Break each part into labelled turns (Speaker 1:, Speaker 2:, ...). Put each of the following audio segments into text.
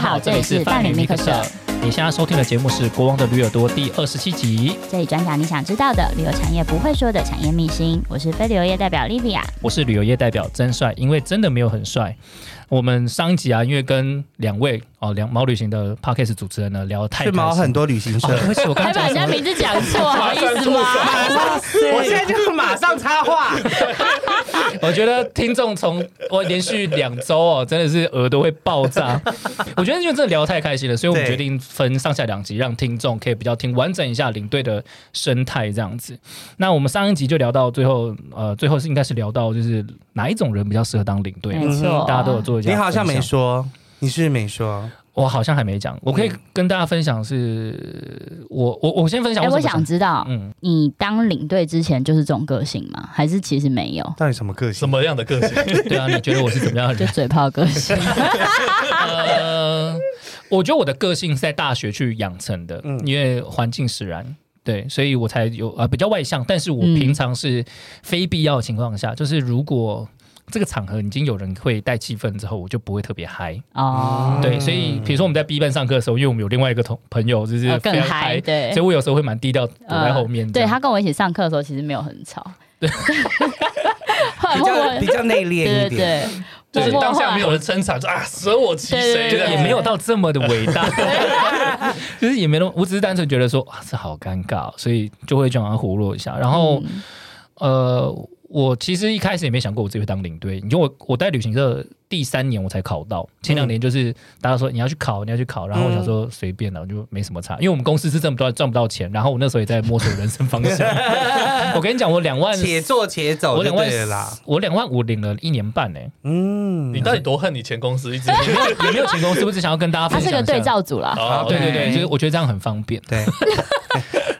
Speaker 1: 好，这里是范
Speaker 2: 里
Speaker 1: 里密克社，
Speaker 2: 你现在收听的节目是《国王的驴耳朵》第二十七集，
Speaker 1: 这里专讲你想知道的旅游产业不会说的产业秘辛。我是非旅游业代表 Livia，
Speaker 2: 我是旅游业代表真帅，因为真的没有很帅。我们上一集啊，因为跟两位哦两毛旅行的 p a d k a s 主持人呢聊得太
Speaker 3: 去毛
Speaker 2: 开心
Speaker 3: 很多旅行社
Speaker 2: 哦，。对不起，我刚
Speaker 1: 还
Speaker 2: 才
Speaker 1: 把
Speaker 2: 讲什
Speaker 1: 人家
Speaker 2: 么
Speaker 1: 名字讲错，好意思吗？
Speaker 3: 我现在就马上插话，
Speaker 2: 我觉得听众从我连续两周哦，真的是耳朵会爆 炸。我觉得因为真的聊得太开心了，所以我们
Speaker 3: 对
Speaker 2: 决定分上下两集，让听众可以比较听完整一下领队的生态这样子。那我们上一集就聊到最后，呃，最后是应该是聊到就是哪一种人比较适合当领队嘛，
Speaker 1: 没错，
Speaker 2: 大家都有做一下。
Speaker 3: 你好像没，说，你是不是没说？
Speaker 2: 我好像还没讲。我可以跟大家分享是，我我我先分享
Speaker 1: 哎，
Speaker 2: 我怎
Speaker 1: 我
Speaker 2: 么想。
Speaker 1: 想知道，
Speaker 2: 嗯，
Speaker 1: 你当领队之前就是这种个性吗？还是其实没有，
Speaker 3: 到底什么个性？
Speaker 4: 什么样的个性？
Speaker 2: 对啊，你觉得我是怎么样的人
Speaker 1: 就？嘴炮个性？
Speaker 2: 呃，我觉得我的个性是在大学去养成的，
Speaker 3: 嗯
Speaker 2: 因为环境使然。对，所以我才有呃比较外向，但是我
Speaker 1: 嗯
Speaker 2: 平常是非必要的情况下，就是如果这个场合已经有人会带气氛之后，我就不会特别嗨。
Speaker 1: 哦，
Speaker 2: 对，所以比如说我们在 B 班上课的时候，因为我们有另外一个同朋友就是
Speaker 1: 呃
Speaker 2: 非
Speaker 1: 更
Speaker 2: 常
Speaker 1: 嗨，
Speaker 2: 嗨，
Speaker 1: 对呃
Speaker 2: 所以。我有时候会蛮低调躲在后面这
Speaker 1: 对
Speaker 2: 样。
Speaker 1: 他跟我一起上课的时候，其实没有很吵。 对，后来
Speaker 3: 比
Speaker 1: 默默
Speaker 3: 较比较内
Speaker 1: 对
Speaker 3: 敛一
Speaker 1: 对
Speaker 3: 点。
Speaker 1: 对，
Speaker 4: 就是
Speaker 1: 默默
Speaker 4: 当
Speaker 1: 后
Speaker 4: 下
Speaker 1: 来
Speaker 4: 没有人撑场，就啊，舍我其谁
Speaker 1: 对
Speaker 4: 这
Speaker 2: 对，
Speaker 4: 样
Speaker 2: 也
Speaker 4: 子。
Speaker 2: 没有到这么的伟大， 就是也没那么，我只是单纯觉得说啊，这好尴尬，所以就会想要活络一下。然后、
Speaker 1: 嗯
Speaker 2: 呃，我其实一开始也没想过我自己会当领队，因为我我在旅行社第三年我才考到，前两年就是大家说你要去考，你要去考，然后我想说随便了，我就没什么差，因为我们公司是挣不到赚不到钱，然后我那时候也在摸索人生方向。我跟你讲，我两万，
Speaker 3: 且做且走
Speaker 2: 我
Speaker 3: 就
Speaker 2: 两万
Speaker 3: 对了啦。，
Speaker 2: 我两万五领了一年半呢、
Speaker 3: 嗯，
Speaker 4: 你到底多恨你前公司一直？
Speaker 2: 也没有请公司，我只想要跟大家
Speaker 1: 他
Speaker 2: 分
Speaker 1: 是
Speaker 2: 享一下。啊
Speaker 1: 个对照组啦。
Speaker 4: 哦
Speaker 2: 对对
Speaker 1: 对
Speaker 2: 对，就是我觉得这样很方便。
Speaker 3: 对，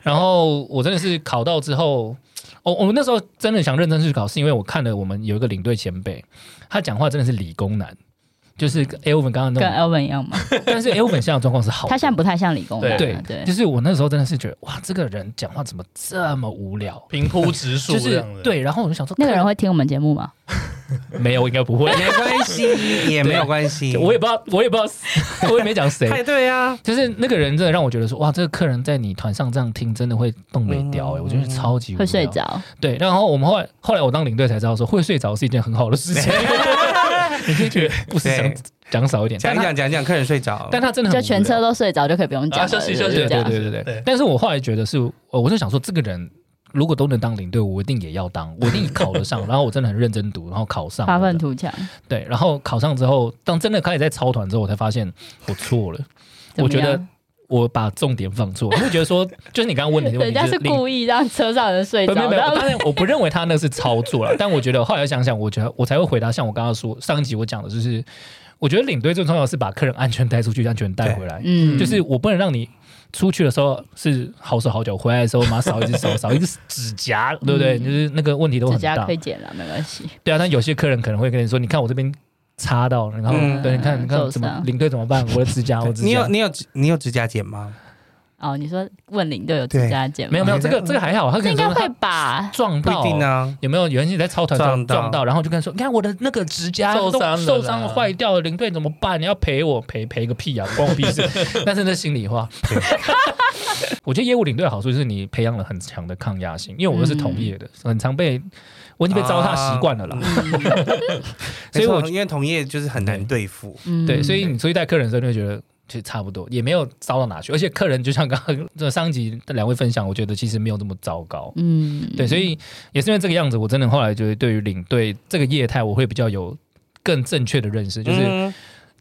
Speaker 2: 然后我真的是考到之后，我、我那时候真的想认真去考，是因为我看了我们有一个领队前辈，他讲话真的是理工男，就是 Elvin 刚刚
Speaker 1: 跟
Speaker 2: 那
Speaker 1: Elvin 一样嘛，
Speaker 2: 种，但是 Elvin 现在的状况是好的，
Speaker 1: 他现在不太像理工男
Speaker 2: 对
Speaker 1: 了，对
Speaker 2: 就，是我那时候真的是觉得哇，这个人讲话怎么这么无聊，
Speaker 4: 平铺直述
Speaker 2: 就
Speaker 4: 这
Speaker 2: 是
Speaker 4: 样子。，
Speaker 2: 对，然后我就想说，
Speaker 1: 那个人会听我们节目吗？
Speaker 2: 看没有，应该不 会，
Speaker 3: 没关系，也没有关系。
Speaker 2: 我也不知道，我也不知道，我也没讲谁，
Speaker 3: 派对啊，
Speaker 2: 就是那个人真的让我觉得说，哇，这个客人在你团上这样听，真的会动尾调哎，
Speaker 3: 嗯
Speaker 2: 我觉得超级无聊
Speaker 1: 会睡。着，
Speaker 2: 对，然后我们后来后来我当领队才知道说，会睡着是一件很好的事 情。 你可以觉得故事讲
Speaker 3: 对
Speaker 2: 讲少一点，
Speaker 3: 讲
Speaker 2: 但
Speaker 3: 一
Speaker 2: 他
Speaker 3: 讲讲一讲，客人睡着，
Speaker 2: 但他真的很
Speaker 1: 就
Speaker 2: 无聊
Speaker 1: 全车都睡着就可以不用讲了，
Speaker 4: 啊休息
Speaker 1: 对不对
Speaker 4: 休息
Speaker 2: 对
Speaker 1: 这
Speaker 2: 对
Speaker 1: 样
Speaker 2: 对对对
Speaker 4: 对。
Speaker 2: 但是我后来觉得是，呃我就想说这个人。如果都能当领队，我一定也要当，我一定考得 上。然后我真的很认真读，然后考上了
Speaker 1: 发愤图强。
Speaker 2: 对，然后考上之后，当真的开始在操团之后，我才发现我错了。我
Speaker 1: 怎么
Speaker 2: 觉得
Speaker 1: 样
Speaker 2: 我把重点放错，我会觉得说，就是你刚刚问的那个问题，
Speaker 1: 人家
Speaker 2: 就是是领
Speaker 1: 故意让车上人睡
Speaker 2: 没
Speaker 1: 着，
Speaker 2: 有没有，
Speaker 1: 然后
Speaker 2: 当然我不认为他那是操作 了，但我觉得后来想想，我觉得我才会回答像我刚刚说上一集我讲的，就是我觉得领队最重要的是把客人安全带出去，安全带回来，
Speaker 1: 嗯，
Speaker 2: 就是我不能让你。出去的时候是好手好脚，回来的时候马上少一只手，少一只 指甲，对不对？
Speaker 1: 嗯
Speaker 2: 就是那个问题都
Speaker 1: 指
Speaker 2: 很
Speaker 1: 甲
Speaker 2: 大
Speaker 1: 亏。减了，没关系。
Speaker 2: 对啊，但有些客人可能会跟你说：“你看我这边插到，然后、
Speaker 3: 嗯
Speaker 2: 对，你看你看
Speaker 1: 受
Speaker 2: 怎么
Speaker 1: 伤
Speaker 2: 领队怎么办？我的指甲，我的指甲。”
Speaker 3: 你有你有你有指甲剪吗？
Speaker 1: 哦，你说问领队有指甲剪吗哦
Speaker 2: 没有没有，这个
Speaker 3: 嗯
Speaker 2: 这个还好，他可
Speaker 1: 这
Speaker 2: 能
Speaker 1: 应该
Speaker 2: 说
Speaker 1: 会
Speaker 2: 他
Speaker 1: 吧？
Speaker 2: 撞
Speaker 3: 不一
Speaker 2: 到，
Speaker 3: 定啊。
Speaker 2: 有没有有人在操团撞
Speaker 3: 撞到
Speaker 2: 撞到，然后就跟他说，你看我的那个指甲
Speaker 4: 受
Speaker 2: 都
Speaker 4: 伤了啦
Speaker 2: 受伤了坏掉了，领队怎么办？你要赔我赔赔个屁啊， 关我屁事！ 但是那心里话， 我觉得业务领队的好处就是你培养了很强的抗压性，因为我又是同业的，
Speaker 4: 嗯
Speaker 2: 很常被我已经被糟蹋习惯了啦。
Speaker 4: 啊
Speaker 1: 嗯
Speaker 2: 所以我
Speaker 3: 啊哦没错因为同业就是很难对付，
Speaker 1: 嗯
Speaker 2: 对，所以你出去带客人的时候，你会觉得其实差不多，也没有糟到哪去，而且客人就像刚刚这上一集两位分享，我觉得其实没有这么糟糕。
Speaker 1: 嗯，
Speaker 2: 对，所以也是因为这个样子，我真的后来就是对于领队这个业态，我会比较有更正确的认识。就是
Speaker 3: 嗯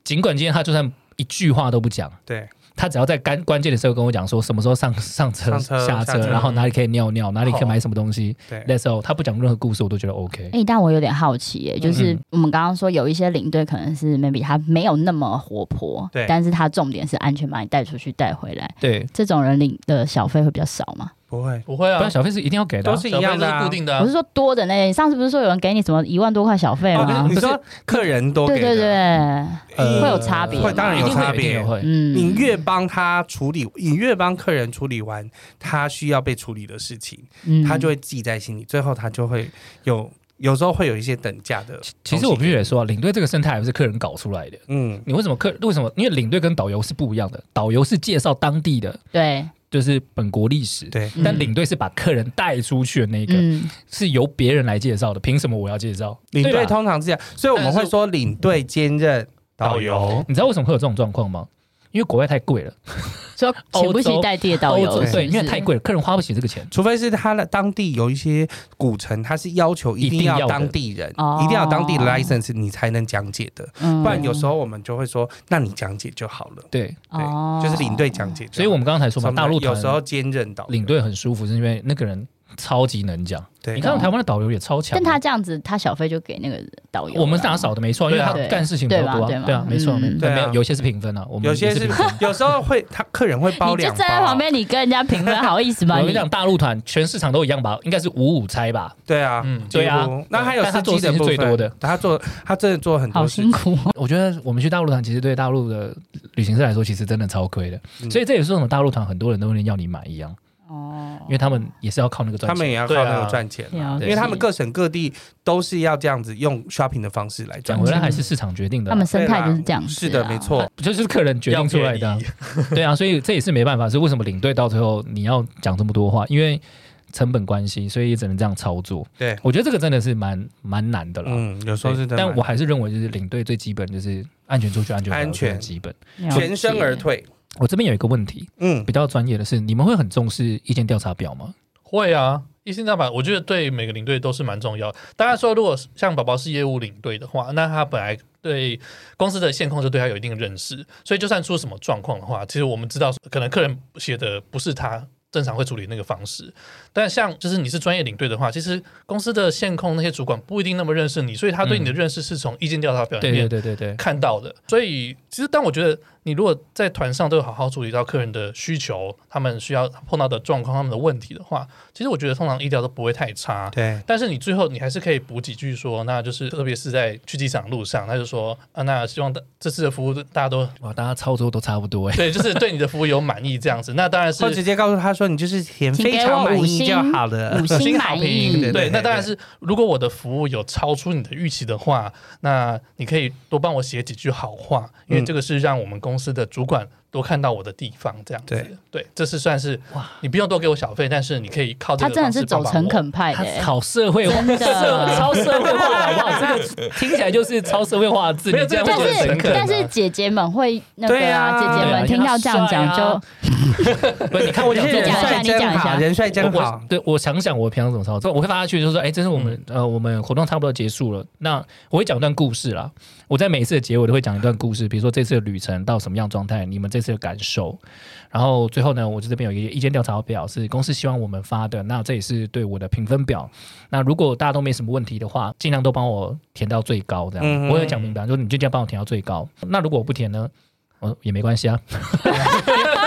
Speaker 2: 尽管今天他就算一句话都不讲，
Speaker 3: 对
Speaker 2: 他只要在干关键的时候跟我讲说什么时候上上车、
Speaker 3: 上车
Speaker 2: 下
Speaker 3: 下车
Speaker 2: 然后哪里可以尿尿，哪里可以
Speaker 4: 好
Speaker 2: 买什么东西
Speaker 3: 对，
Speaker 2: ，That's all。他不讲任何故事，我都觉得 OK。
Speaker 1: 哎、但我有点好奇、耶，就是
Speaker 2: 嗯
Speaker 1: 我们刚刚说有一些领队可能是 maybe 他没有那么活泼，
Speaker 3: 对
Speaker 1: 但是他重点是安全把你带出去带回来，
Speaker 2: 对，
Speaker 1: 这种人领的小费会比较少吗？
Speaker 3: 不会
Speaker 4: 不会
Speaker 2: 不
Speaker 4: 啊
Speaker 2: 然，小费是一定要给的啊、
Speaker 3: 都是
Speaker 4: 小
Speaker 3: 一样
Speaker 4: 费
Speaker 3: 的
Speaker 4: 都
Speaker 3: 啊
Speaker 4: 是固定的
Speaker 1: 我
Speaker 4: 啊
Speaker 1: 是。说多的那，你上次不是说有人给你什么一万多块小费
Speaker 3: 哦
Speaker 1: 吗？
Speaker 2: 啊
Speaker 3: 你你说客人多
Speaker 1: 对
Speaker 3: 给
Speaker 1: 对
Speaker 3: 的
Speaker 1: 对，
Speaker 3: 呃
Speaker 1: 会有差别吗
Speaker 3: 会当然
Speaker 2: 一
Speaker 3: 有
Speaker 2: 定会
Speaker 3: 差
Speaker 2: 一定
Speaker 3: 别。
Speaker 2: 会。
Speaker 1: 嗯，
Speaker 3: 你越帮他处理，你越帮客人处理完他需要被处理的事情，
Speaker 1: 嗯
Speaker 3: 他就会记在心里，最后他就会有有时候会有一些等价的。
Speaker 2: 其实我必须得说啊，领队这个生态还不是客人搞出来的。
Speaker 3: 嗯，
Speaker 2: 你为什么客为什么？因为领队跟导游是不一样的，导游是介绍当地的，
Speaker 1: 对，
Speaker 2: 就是本国历史。
Speaker 3: 对，
Speaker 1: 嗯
Speaker 2: 但领队是把客人带出去的那一个，
Speaker 1: 嗯，
Speaker 2: 是由别人来介绍的，凭什么我要介绍？
Speaker 3: 领
Speaker 2: 对
Speaker 3: 队
Speaker 2: 吧
Speaker 3: 通常是这样，所以我们会说领队兼任导游。
Speaker 2: 你知道为什么会有这种状况吗？因为国外太贵 了，
Speaker 1: 说请不起代替的导游
Speaker 2: 欧洲，对，
Speaker 1: 是不
Speaker 2: 因
Speaker 1: 是
Speaker 2: 为太贵了，客人花不起这个钱。
Speaker 3: 除非是他的当地有一些古城，他是要求一
Speaker 2: 一
Speaker 3: 定
Speaker 2: 定
Speaker 3: 要
Speaker 2: 要的
Speaker 3: 当地人，
Speaker 1: 哦
Speaker 3: 一定要当地 license 你才能讲解的，
Speaker 1: 嗯
Speaker 3: 不然有时候我们就会说，那你讲解就好了，
Speaker 2: 对，
Speaker 1: 哦
Speaker 3: 对，就是领队讲解就好。
Speaker 2: 所以我们刚才说
Speaker 3: 什
Speaker 2: 嘛，
Speaker 3: 么
Speaker 2: 大陆团
Speaker 3: 有时候兼任导游
Speaker 2: 领，队很舒服，是因为那个人超级能讲。
Speaker 3: 对，啊
Speaker 2: 你看我们台湾的导游也超强
Speaker 1: 但
Speaker 2: 的，
Speaker 1: 他这样子，他小费就给那个导
Speaker 3: 啊
Speaker 1: 游了，
Speaker 2: 我们打少的没错，因为他
Speaker 1: 对啊
Speaker 2: 干事情比较多
Speaker 1: 对
Speaker 2: 啊，
Speaker 1: 吧
Speaker 2: 对啊，没错，
Speaker 1: 对吧
Speaker 2: 没
Speaker 1: 嗯
Speaker 2: 对没
Speaker 3: 对啊
Speaker 2: 有有一些是评分啊，我们
Speaker 3: 有些
Speaker 2: 也
Speaker 3: 是
Speaker 2: 评分。
Speaker 3: 有时候会他客人会包
Speaker 1: 你就
Speaker 3: 两
Speaker 1: 站在
Speaker 3: 包
Speaker 1: 旁，边，你跟人家评分好意思吗？
Speaker 2: 我跟
Speaker 1: 你
Speaker 2: 你讲，大陆团全市场都一样吧，应该是五五拆吧。
Speaker 3: 对啊，
Speaker 4: 嗯
Speaker 3: 几乎
Speaker 2: 对啊
Speaker 3: 那还有
Speaker 2: 但他
Speaker 3: 司
Speaker 2: 做
Speaker 3: 机
Speaker 2: 的事
Speaker 3: 的
Speaker 2: 情
Speaker 3: 部
Speaker 2: 是最
Speaker 3: 分
Speaker 2: 多的，
Speaker 3: 他做他真的做很
Speaker 1: 好
Speaker 3: 多事
Speaker 1: 辛
Speaker 3: 情，
Speaker 1: 苦哦，
Speaker 2: 我觉得我们去大陆团，其实对大陆的旅行社来说，其实真的超亏的。
Speaker 3: 嗯
Speaker 2: 所以这也是为什么大陆团很多人都会要你买一样，
Speaker 1: 哦，
Speaker 2: 因为他们也是要靠那个赚
Speaker 3: 他们
Speaker 2: 钱。
Speaker 3: 也要靠
Speaker 4: 对啊
Speaker 3: 那个赚钱啊，
Speaker 1: 了解
Speaker 3: 因为他们各省各地都是要这样子用 shopping 的方式来赚
Speaker 2: 讲回
Speaker 3: 钱。
Speaker 2: 来还是市场决定的
Speaker 1: 他
Speaker 2: 啊，
Speaker 1: 们生态就是这
Speaker 3: 对啦
Speaker 1: 样子啊，
Speaker 3: 是的，没错。
Speaker 2: 就是客人决定出来的啊
Speaker 4: 要。便宜
Speaker 2: 对啊，所以这也是没办法，是为什么领队到最后你要讲这么多话，因为成本关系，所以也只能这样操作。
Speaker 3: 对，
Speaker 2: 我觉得这个真的是蛮蛮难的啦。
Speaker 3: 嗯，有时候是真的
Speaker 2: 但
Speaker 3: 蛮
Speaker 2: 我还是认为，就是领队最基本就是安全出去，安全回来
Speaker 3: 安全
Speaker 2: 这个基本。
Speaker 1: 了解
Speaker 3: 全身而。退。
Speaker 2: 我这边有一个问题，
Speaker 3: 嗯，
Speaker 2: 比较专业的是，你们会很重视意见调查表吗？
Speaker 4: 会啊，一心大板，我觉得对每个领队都是蛮重要的。大家说，如果像宝宝是业务领队的话，那他本来对公司的线控就对他有一定的认识，所以就算出什么状况的话，其实我们知道可能客人写的不是他。正常会处理那个方式，但像就是你是专业领队的话，其实公司的线控那些主管不一定那么认识你，所以他对
Speaker 2: 嗯
Speaker 4: 你的认识是从意见调查表里
Speaker 2: 对
Speaker 4: 面
Speaker 2: 对对对对，
Speaker 4: 看到的。所以其实，但我觉得你如果在团上都有好好处理到客人的需求，他们需要碰到的状况、他们的问题的话，其实我觉得通常医疗都不会太差。
Speaker 3: 对，
Speaker 4: 但是你最后你还是可以补几句说，那就是特别是在去机场路上，他就说啊，那希望大这次的服务大家都
Speaker 2: 哇，大家操作都差不多哎、
Speaker 4: 对，就是对你的服务有满意这样子。那当然
Speaker 3: 或
Speaker 4: 是
Speaker 3: 直接告诉他说，你就是填
Speaker 1: 请
Speaker 3: 非
Speaker 1: 给我
Speaker 3: 常满
Speaker 1: 五
Speaker 3: 意就
Speaker 1: 星
Speaker 3: 好了
Speaker 1: 五。星
Speaker 4: 星
Speaker 1: 满
Speaker 4: 好
Speaker 3: 对
Speaker 1: 意，
Speaker 3: 对
Speaker 4: 对，那当然是，如果我的服务有超出你的预期的话，那你可以多帮我写几句好话，因为这个是让我们公司的主管多看到我的地方，这样子。
Speaker 3: 对
Speaker 4: 这是算是你不用多给我小费，但是你可以靠这
Speaker 1: 他
Speaker 4: 个
Speaker 1: 真的
Speaker 4: 方式
Speaker 1: 是走
Speaker 4: 帮忙
Speaker 1: 诚
Speaker 4: 我。
Speaker 1: 恳派
Speaker 2: 他
Speaker 1: 的
Speaker 2: 是
Speaker 1: 欸，
Speaker 2: 超社会化，
Speaker 1: 真的
Speaker 2: 社超社会化了，哇，这个听起来就是超社会化的字，
Speaker 4: 没有
Speaker 2: 你这样
Speaker 4: 这
Speaker 2: 会觉得
Speaker 1: 但
Speaker 4: 个
Speaker 2: 很
Speaker 1: 是
Speaker 2: 诚恳
Speaker 1: 但
Speaker 2: 啊。
Speaker 1: 是姐姐们会那
Speaker 3: 对
Speaker 1: 个
Speaker 3: 啊
Speaker 1: 姐姐
Speaker 2: 对啊
Speaker 1: 们听到这样讲
Speaker 2: 他帅啊
Speaker 1: 就
Speaker 2: 不是，你看我讲
Speaker 1: 你
Speaker 2: 这
Speaker 1: 讲
Speaker 2: 种
Speaker 1: 一
Speaker 2: 话
Speaker 1: 下。你讲一下
Speaker 3: 人帅真好人帅真
Speaker 2: 我
Speaker 3: 好。
Speaker 2: 对我想想，我平常怎么操作，我会发下去，就是说，哎，这是我们、
Speaker 3: 嗯
Speaker 2: 呃，我们活动差不多结束了，那我会讲一段故事啦。我在每一次的结尾都会讲一段故事，比如说这次的旅程到什么样的状态，你们这次的感受。然后最后呢，我这边有一个意见调查表，是公司希望我们发的，那这也是对我的评分表。那如果大家都没什么问题的话，尽量都帮我填到最高，这样、
Speaker 3: 嗯
Speaker 2: 我有讲明白，就是你就这样帮我填到最高。那如果我不填呢？哦，也没关系啊，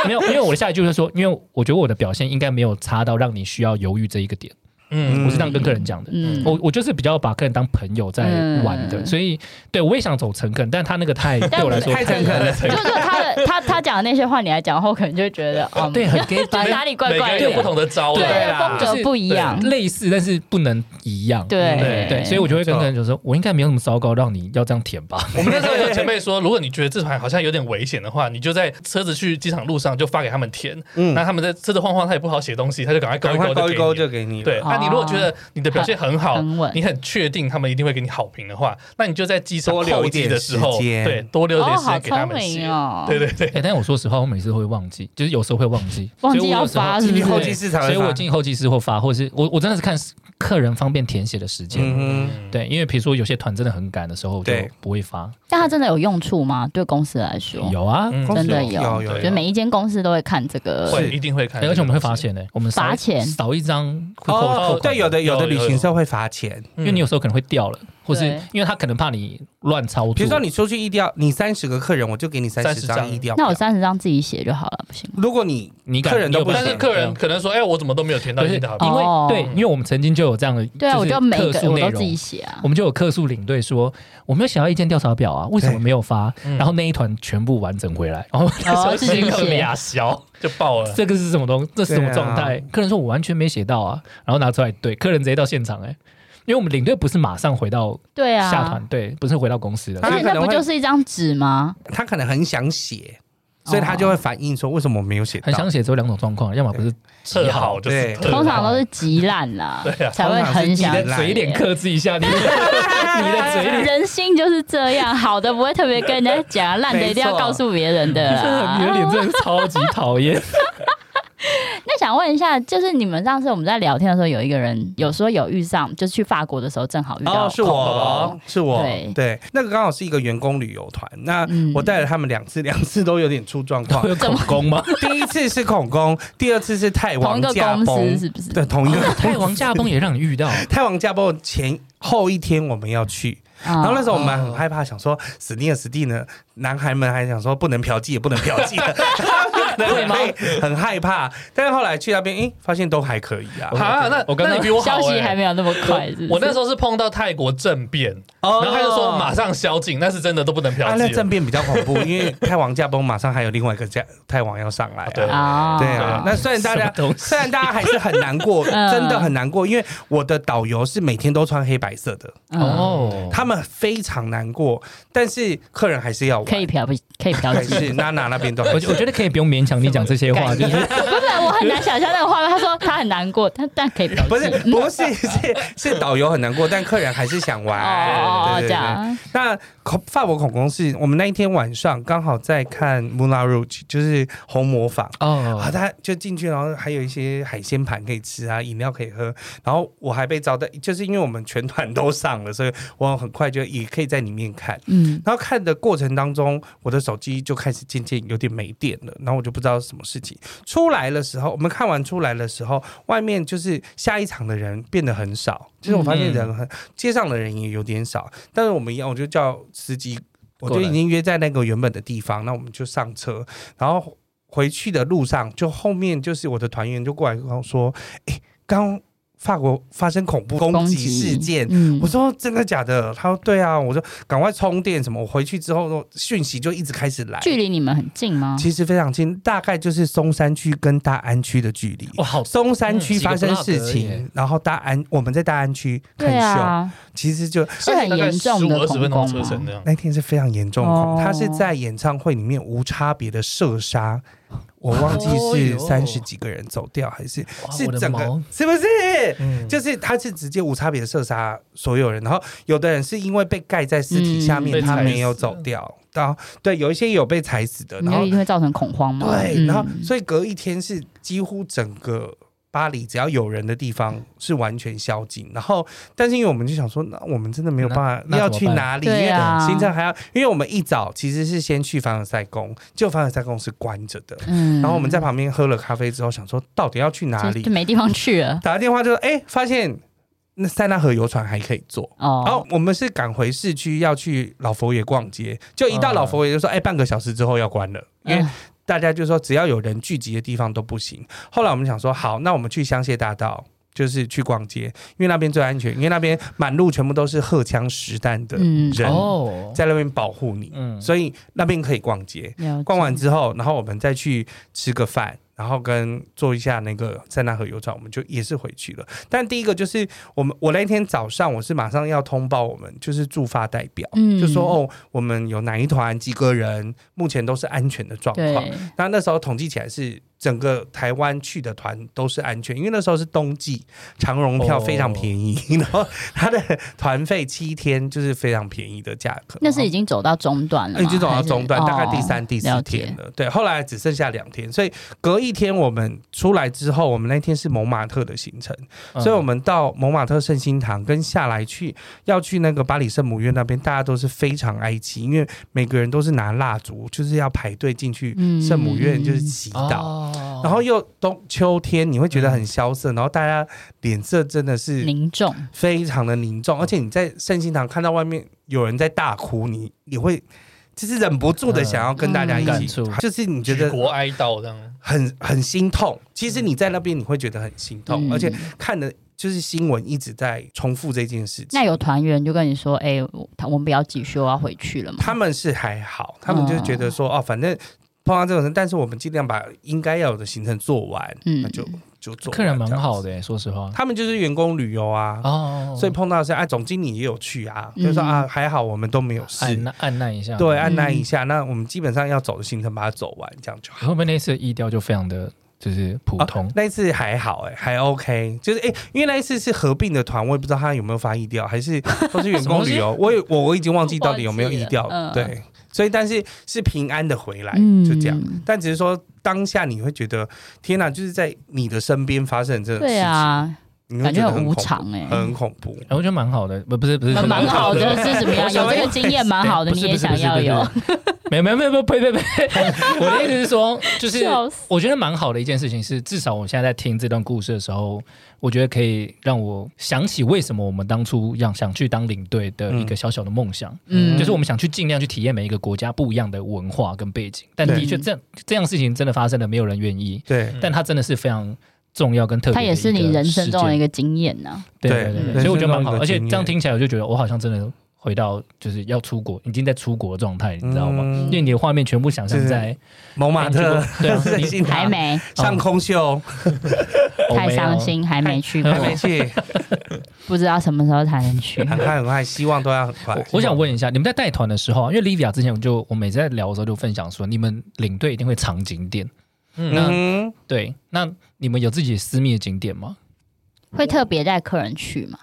Speaker 2: 没有，因为我的下一句就是说，因为我觉得我的表现应该没有差到让你需要犹豫这一个点，
Speaker 4: 嗯，
Speaker 2: 我是这样跟客人讲的。
Speaker 1: 嗯，
Speaker 2: 我我就是比较把客人当朋友在玩的，
Speaker 1: 嗯
Speaker 2: 所以对我也想走诚恳，但他那个 太对我来说
Speaker 3: 太诚恳了，
Speaker 1: 就就他的他他讲的那些话，你来讲后，可能就会觉得哦，
Speaker 2: 对很 gay，
Speaker 1: 反正哪里怪
Speaker 4: 每个
Speaker 1: 怪
Speaker 4: 人有不
Speaker 1: 的，
Speaker 4: 同的招
Speaker 1: 对
Speaker 4: 啦，
Speaker 1: 风
Speaker 3: 啦
Speaker 1: 格不一样，
Speaker 2: 类似，但是不能一样。
Speaker 1: 对
Speaker 2: 对，所以我就会跟客人就说，我应该没有那么糟糕，让你要这样舔吧。
Speaker 4: 我们那时候有前辈说，如果你觉得这团好像有点危险的话，你就在车子去机场路上就发给他们填，
Speaker 3: 嗯
Speaker 4: 那他们在车子晃晃，他也不好写东西，他就赶快勾
Speaker 3: 赶
Speaker 4: 一
Speaker 3: 快
Speaker 4: 勾
Speaker 3: 勾一勾
Speaker 4: 就给
Speaker 3: 就给你
Speaker 4: 你。
Speaker 3: 了。
Speaker 4: 对，那你如果觉得你的表现很好，
Speaker 1: 很稳，
Speaker 4: 你很确定他们一定会给你好评的话，那你就在机场
Speaker 3: 多留
Speaker 4: 候
Speaker 3: 一
Speaker 4: 机
Speaker 3: 点
Speaker 4: 的时候，
Speaker 3: 时间
Speaker 4: 对，多留一
Speaker 1: 哦，
Speaker 4: 点时
Speaker 1: 好
Speaker 4: 间给他
Speaker 1: 聪
Speaker 4: 们写。
Speaker 1: 明哦，
Speaker 4: 对对对，
Speaker 2: 哎，但我说实话，我每次会忘记，就是有时候会忘记，
Speaker 1: 忘记
Speaker 2: 所以我
Speaker 1: 要
Speaker 2: 有时候
Speaker 1: 啊发是不
Speaker 3: 进
Speaker 1: 是？
Speaker 3: 去后期市场，
Speaker 2: 所以我进后期室或发，或是我我真的是看客人方便填写的时间。
Speaker 3: 嗯
Speaker 4: 嗯，
Speaker 2: 对，因为比如说有些团真的很赶的时候，我就
Speaker 3: 对
Speaker 2: 不会发。
Speaker 1: 但它真的有用处吗？对公司来说，
Speaker 2: 有啊，
Speaker 4: 嗯
Speaker 3: 哼，
Speaker 1: 真的有
Speaker 3: 有
Speaker 1: 就每一间公司都会看这个，
Speaker 4: 会一定会看，
Speaker 2: 哎而且我们会罚，钱呢，我们
Speaker 1: 罚
Speaker 2: 扫
Speaker 1: 钱
Speaker 2: 扫一张会扣扣
Speaker 3: 哦
Speaker 2: 款，
Speaker 3: 对，有的有的
Speaker 4: 有有
Speaker 3: 旅行社会罚钱，
Speaker 4: 嗯
Speaker 2: 因为你有时候可能会掉了，或是
Speaker 1: 对
Speaker 2: 因为他可能怕你乱操作。
Speaker 3: 比如说你出去意调，你三十个客人，我就给你三十
Speaker 4: 30
Speaker 3: 张
Speaker 4: 张
Speaker 3: 意调
Speaker 1: 那
Speaker 3: 票
Speaker 1: 我。三十张自己写就好了，不行吗？
Speaker 3: 如果你
Speaker 2: 你敢
Speaker 3: 客人都
Speaker 2: 你
Speaker 3: 不
Speaker 2: 有办
Speaker 4: 但
Speaker 2: 法
Speaker 4: 是客人可能说，哎，我怎么都没有填到
Speaker 2: 不是
Speaker 4: 你
Speaker 2: 因
Speaker 4: 的好
Speaker 1: 哦
Speaker 4: 评，
Speaker 2: 为对，
Speaker 4: 嗯
Speaker 2: 因为我们曾经就有这样的，
Speaker 1: 对啊，我
Speaker 2: 是
Speaker 1: 就每
Speaker 2: 客
Speaker 1: 个
Speaker 2: 诉
Speaker 1: 我
Speaker 2: 内
Speaker 1: 都自
Speaker 2: 容
Speaker 1: 己。写啊
Speaker 2: 我。们就有客诉领队说，我没有想要意见调查表啊，为什么
Speaker 3: 对
Speaker 2: 没有发？
Speaker 4: 嗯
Speaker 2: 然后那一团全部完整回来， 然后 那时候
Speaker 1: 哦自 己
Speaker 2: 心
Speaker 1: 写
Speaker 2: 很
Speaker 4: 啊
Speaker 2: 俩小，
Speaker 4: 就爆了。
Speaker 2: 这个
Speaker 3: 啊
Speaker 2: 是什么东？这是什么状态？
Speaker 3: 对
Speaker 2: 客人说我完全没写到啊，然后拿出来对，客人直接到现场哎、因为我们领队不是马上回到
Speaker 1: 对啊，
Speaker 2: 下团队，不是回到公司的
Speaker 3: 他，
Speaker 1: 那
Speaker 3: 可
Speaker 1: 那
Speaker 3: 能
Speaker 1: 不
Speaker 3: 会
Speaker 1: 就是一张纸吗？
Speaker 3: 他可能很想写，所以他
Speaker 1: 哦
Speaker 3: 就会反映说为什么没有写
Speaker 2: 很
Speaker 3: 到。
Speaker 2: 想写只有两种状况，要么不是
Speaker 4: 特好就是
Speaker 3: 对
Speaker 4: 特
Speaker 1: 通常都是极烂啦，
Speaker 4: 啊对啊
Speaker 1: 才会很想
Speaker 3: 通常是极
Speaker 1: 写哎
Speaker 3: 烂
Speaker 2: 嘴脸克制一 下，你你的嘴脸
Speaker 1: 人心就是这样，好的不会特别跟人家讲，啊烂的一定要告诉别人的
Speaker 2: 真 的，你的
Speaker 1: 啦。
Speaker 2: 脸真的超级讨厌。
Speaker 1: 那想问一下，就是你们上次我们在聊天的时候，有一个人有说有遇上，就是去法国的时候正好遇到，
Speaker 3: 嗯哦，是我，是我，
Speaker 1: 对
Speaker 3: 对，那个刚好是一个员工旅游团，那
Speaker 1: 嗯
Speaker 3: 我带了他们两次，两次都有点出状 况
Speaker 2: 会。有恐攻吗？
Speaker 3: 第一次是孔工， 第二次是太
Speaker 1: 同
Speaker 3: 王
Speaker 1: 一个
Speaker 3: 驾
Speaker 1: 公司
Speaker 3: 崩，
Speaker 1: 是不哦是？
Speaker 3: 对，同一个
Speaker 2: 太 王驾崩也让你遇到，
Speaker 3: 太王驾崩前后一天我们要去，
Speaker 1: 然
Speaker 3: 然后那时候我
Speaker 1: 嗯
Speaker 3: 们很害怕，想说死定了死定了，男孩们还想说不能嫖妓也不能嫖妓， 对吗？很害怕，但是后来去那边，诶，发现都还可以啊。
Speaker 4: 啊，那
Speaker 2: 我刚刚
Speaker 4: 那你比我好
Speaker 1: 消息
Speaker 4: 欸
Speaker 1: 还没有那么快，
Speaker 4: 我我那时
Speaker 1: 候
Speaker 4: 候是碰到泰国政变，
Speaker 3: 哦
Speaker 4: 然后他就说马上宵禁，那是真的都不能嫖
Speaker 3: 啊，那
Speaker 4: 妓
Speaker 3: 政
Speaker 4: 了。
Speaker 3: 变比较恐怖，因为太王驾崩，马上还有另外一个驾太王要上来、啊。
Speaker 4: 对
Speaker 1: 啊，
Speaker 3: 对啊，那虽然大
Speaker 2: 什
Speaker 3: 家
Speaker 2: 么东西
Speaker 3: 虽然大家还是很难 过，
Speaker 1: 嗯
Speaker 3: 真的很难过，因为我的导游是每天都穿黑白色的，
Speaker 1: 嗯
Speaker 2: 哦，
Speaker 3: 他们非常难过，但是客人还是要玩，
Speaker 1: 可以嫖不可以嫖
Speaker 3: 还
Speaker 1: 妓。
Speaker 3: 是娜娜那边都
Speaker 2: 我
Speaker 3: 还
Speaker 2: 我
Speaker 3: 是
Speaker 2: 觉得可以不用勉强你讲这些话，就是
Speaker 1: 不是，我很难想象那个画面。他说他很难过，但但可以嫖妓。
Speaker 3: 不是 不是是是导游很难过，但客人还是想玩。
Speaker 1: 哦哦，
Speaker 3: 哎
Speaker 1: 这
Speaker 3: 对对对。
Speaker 1: 样
Speaker 3: 那恐法国恐攻是我们那一天晚上刚好在看《Moulin Rouge》，就是红模仿。 啊，
Speaker 2: 哦，
Speaker 3: 他就进去，然后还有一些海鲜盘可以吃啊，饮料可以喝。然后我还被招待，就是因为我们全团都上了，所以我很快就也可以在里面看。
Speaker 1: 嗯，
Speaker 3: 然后看的过程当中，我的手机就开始渐渐有点没电了，然后我就不知道是什么事情。出来的时候，我们看完出来的时候，外面就是下一场的人变得很少，就是我发现人很、街上的人也有点少，但是我们一样，我就叫司机，我就
Speaker 2: 过来
Speaker 3: 已经约在那个原本的地方，那我们就上车，然后回去的路上，就后面就是我的团员就过来跟我说，哎，刚。法国发生恐怖攻击事件，
Speaker 1: 嗯
Speaker 3: 我说真的假的？他说对啊，我说赶快充电什么。我回去之后，讯息就一直开始来，
Speaker 1: 距离你们很近吗？
Speaker 3: 其实非常近，大概就是松山区跟大安区的距离。
Speaker 2: 哇，好
Speaker 3: 松山区发生事
Speaker 2: 哦嗯几
Speaker 3: 情，
Speaker 2: 个 block 而已
Speaker 3: 然后大安我们在大安区很
Speaker 1: 对
Speaker 3: 凶，
Speaker 1: 啊，
Speaker 3: 其实就是
Speaker 1: 很严重
Speaker 4: 十
Speaker 1: 的
Speaker 4: 五二十分
Speaker 1: 恐啊
Speaker 4: 钟
Speaker 1: 攻
Speaker 4: 车程
Speaker 1: 吗？
Speaker 4: 这样。
Speaker 3: 那天是非常严重的恐
Speaker 1: 哦
Speaker 3: 他是在演唱会里面无差别的射杀，我忘记
Speaker 2: 哦
Speaker 3: 是
Speaker 2: 哟
Speaker 3: 三十几个人走掉还是
Speaker 2: 哇
Speaker 3: 是
Speaker 2: 我的
Speaker 3: 整个
Speaker 2: 毛
Speaker 3: 是不是？
Speaker 4: 嗯，
Speaker 3: 就是他是直接无差别的射杀所有人，然后有的人是因为被盖在尸体下面，
Speaker 4: 嗯
Speaker 3: 他
Speaker 4: 被踩
Speaker 3: 没有
Speaker 4: 死的
Speaker 3: 走掉，然后对，有一些有被踩死的，
Speaker 1: 你
Speaker 3: 然
Speaker 1: 就
Speaker 3: 后
Speaker 1: 一定会造成恐慌吗？
Speaker 3: 对，
Speaker 1: 嗯
Speaker 3: 然后所以隔一天是几乎整个巴黎只要有人的地方是完全宵禁，然后但是因为我们就想说，那我们真的没有办
Speaker 2: 那
Speaker 3: 法
Speaker 2: 那
Speaker 3: 要
Speaker 2: 怎么
Speaker 3: 去
Speaker 2: 办
Speaker 3: 哪里，因
Speaker 1: 对
Speaker 3: 为
Speaker 1: 啊，
Speaker 3: 行程还要，因为我们一早其实是先去凡尔赛宫，就凡尔赛宫是关着的，
Speaker 1: 嗯
Speaker 3: 然后我们在旁边喝了咖啡之后，想说到底要去哪
Speaker 1: 就
Speaker 3: 里
Speaker 1: 就，没地方去了。
Speaker 3: 打个电话就说，哎，发现那塞纳河游船还可以坐。然后
Speaker 1: 哦，
Speaker 3: 我们是赶回市区要去老佛爷逛街，就一到老佛爷就说，哎、半个小时之后要关了，因为
Speaker 1: 嗯
Speaker 3: 大家就说只要有人聚集的地方都不行。后来我们想说，好，那我们去香榭大道。就是去逛街，因为那边最安全，因为那边满路全部都是荷枪实弹的
Speaker 1: 嗯
Speaker 3: 人，
Speaker 2: 哦，
Speaker 3: 在那边保护你，
Speaker 2: 嗯，
Speaker 3: 所以那边可以逛街。
Speaker 1: 了解
Speaker 3: 逛完之后，然后我们再去吃个饭，然后跟做一下那个塞纳河游船，我们就也是回去了。但第一个就是我们，我那天早上我是马上要通报我们就是驻发代表，
Speaker 1: 嗯
Speaker 3: 就说哦，我们有哪一团几个人，目前都是安全的状况。
Speaker 1: 对，
Speaker 3: 那那时候统计起来是整个台湾去的团都是安全，因为那时候是冬季，长荣票非
Speaker 1: 哦
Speaker 3: 常便宜， 然后它的团费七天就是非常便宜的价格。
Speaker 1: 那是已经走到中段了吗，
Speaker 3: 已经走到
Speaker 1: 嗯还是
Speaker 3: 中段，大概第
Speaker 1: 哦
Speaker 3: 三、第四
Speaker 1: 了
Speaker 3: 天
Speaker 1: 解
Speaker 3: 了。对，后来只剩下两天，所以隔一天我们出来之后，我们那天是蒙马特的行程，
Speaker 2: 嗯
Speaker 3: 所以我们到蒙马特圣心堂跟下来去要去那个巴黎圣母院那边，大家都是非常哀戚，因为每个人都是拿蜡烛，就是要排队进去
Speaker 1: 嗯
Speaker 3: 圣母院就是祈祷。
Speaker 2: 哦
Speaker 3: 然后又冬秋天，你会觉得很萧瑟，然后大家脸色真的是
Speaker 1: 凝重，
Speaker 3: 非常的凝
Speaker 2: 嗯
Speaker 3: 重，而且你在圣心堂看到外面有人在大哭，你你会就是忍不住的想要跟大家一
Speaker 2: 嗯感
Speaker 3: 起，
Speaker 2: 触
Speaker 3: 就是你觉
Speaker 4: 举
Speaker 3: 得
Speaker 4: 国哀悼这样。
Speaker 3: 很很心痛。其实你在那边你会觉得很心痛，
Speaker 1: 嗯
Speaker 3: 而且看的就是新闻一直在重复这件事
Speaker 1: 那
Speaker 3: 情。
Speaker 1: 有团员就跟你说，哎、我他我们不要继续，我要回去了嘛。
Speaker 3: 他们是还好，
Speaker 2: 嗯
Speaker 3: 他们就觉得说哦，反正碰到这种人，但是我们尽量把应该要有的行程做完，
Speaker 1: 嗯
Speaker 3: 那就就做完
Speaker 2: 客人蛮
Speaker 3: 这样子
Speaker 2: 好的、欸，说实话。
Speaker 3: 他们就是员工旅游啊，
Speaker 2: 哦，
Speaker 3: 所以碰到是啊，总经理也有去啊，
Speaker 1: 嗯
Speaker 3: 就说啊，还好我们都没有事，
Speaker 2: 按耐按耐一下，
Speaker 3: 对，啊
Speaker 2: 然
Speaker 3: 按
Speaker 1: 嗯
Speaker 3: 耐一下。那我们基本上要走的行程把它走完，这样就好。
Speaker 2: 后面那次的意调就非常的就是普通
Speaker 3: 啊，那一次还好哎、还 OK，就是哎、因为那一次是合并的团，我也不知道他有没有发意调，还是都是 员
Speaker 2: 什么
Speaker 3: 工
Speaker 2: 东西
Speaker 3: 旅游，我也我我已经忘 记到底有没有意调
Speaker 1: 忘记了嗯
Speaker 3: 对，所以但是是平安的回来，
Speaker 1: 嗯
Speaker 3: 就这样。但只是说当下你会觉得天哪、就是在你的身边发生这种事情，
Speaker 1: 对啊，
Speaker 3: 你会
Speaker 1: 感
Speaker 3: 觉
Speaker 1: 觉
Speaker 3: 得
Speaker 1: 很
Speaker 3: 很恐
Speaker 1: 无
Speaker 3: 怖，
Speaker 1: 常哎、
Speaker 3: 很恐怖。
Speaker 2: 哎我觉得蛮好的，不不是不是
Speaker 1: 蛮啊蛮好 的，是怎么样？有这个经验蛮好的，
Speaker 2: 不
Speaker 1: 你
Speaker 2: 是
Speaker 1: 也
Speaker 2: 不是
Speaker 1: 想要有，，
Speaker 2: 不是不是没有没有没有没有呸呸呸！ 我的意思是 说，就是
Speaker 1: 笑死
Speaker 2: 我觉得蛮好的一件事情是，至少我现在在听这段故事的时候，我觉得可以让我想起为什么我们当初要想去当领队的一个小小的梦想，
Speaker 1: 嗯，
Speaker 2: 就是我们想去尽量去体验每一个国家不一样的文化跟背景。但的确，
Speaker 1: 对
Speaker 2: 这样这样事情真的发生了，没有人愿意，
Speaker 3: 对，
Speaker 4: 嗯
Speaker 2: 但它真的是非常重要跟特别
Speaker 1: 它
Speaker 2: 的一个
Speaker 1: 也
Speaker 2: 事
Speaker 1: 是
Speaker 2: 件。
Speaker 1: 你人生中的一个经验 呐、
Speaker 2: 对
Speaker 3: 对
Speaker 2: 对对
Speaker 1: 嗯
Speaker 2: 对，所以我觉得蛮
Speaker 3: 人生中
Speaker 2: 好的，
Speaker 3: 的一个
Speaker 2: 而且
Speaker 3: 经
Speaker 2: 这
Speaker 3: 验
Speaker 2: 样听起来我就觉得我好像真的回到就是要出国，已经在出国的状态，你知道吗？
Speaker 3: 嗯
Speaker 2: 因为你的画面全部想象在
Speaker 3: 蒙马特
Speaker 2: 哎你去过 对啊
Speaker 3: 在
Speaker 2: 你
Speaker 3: 新
Speaker 1: 还
Speaker 3: 塘
Speaker 1: 没，
Speaker 3: 上空秀
Speaker 2: 欧美啊
Speaker 1: 太伤，心，还没去
Speaker 2: 嗯
Speaker 1: 过
Speaker 3: 还，没去，
Speaker 1: 不知道什么时候才能去。
Speaker 3: 很快很快，希望都要很
Speaker 2: 我
Speaker 3: 快。
Speaker 2: 我想问一下，你们在带团的时候啊，因为 Livia 之前我就我每次在聊的时候就分享说，你们领队一定会藏景点，
Speaker 4: 嗯，
Speaker 3: 嗯，
Speaker 2: 对，那你们有自己私密的景点吗？
Speaker 1: 会特别带客人去嘛？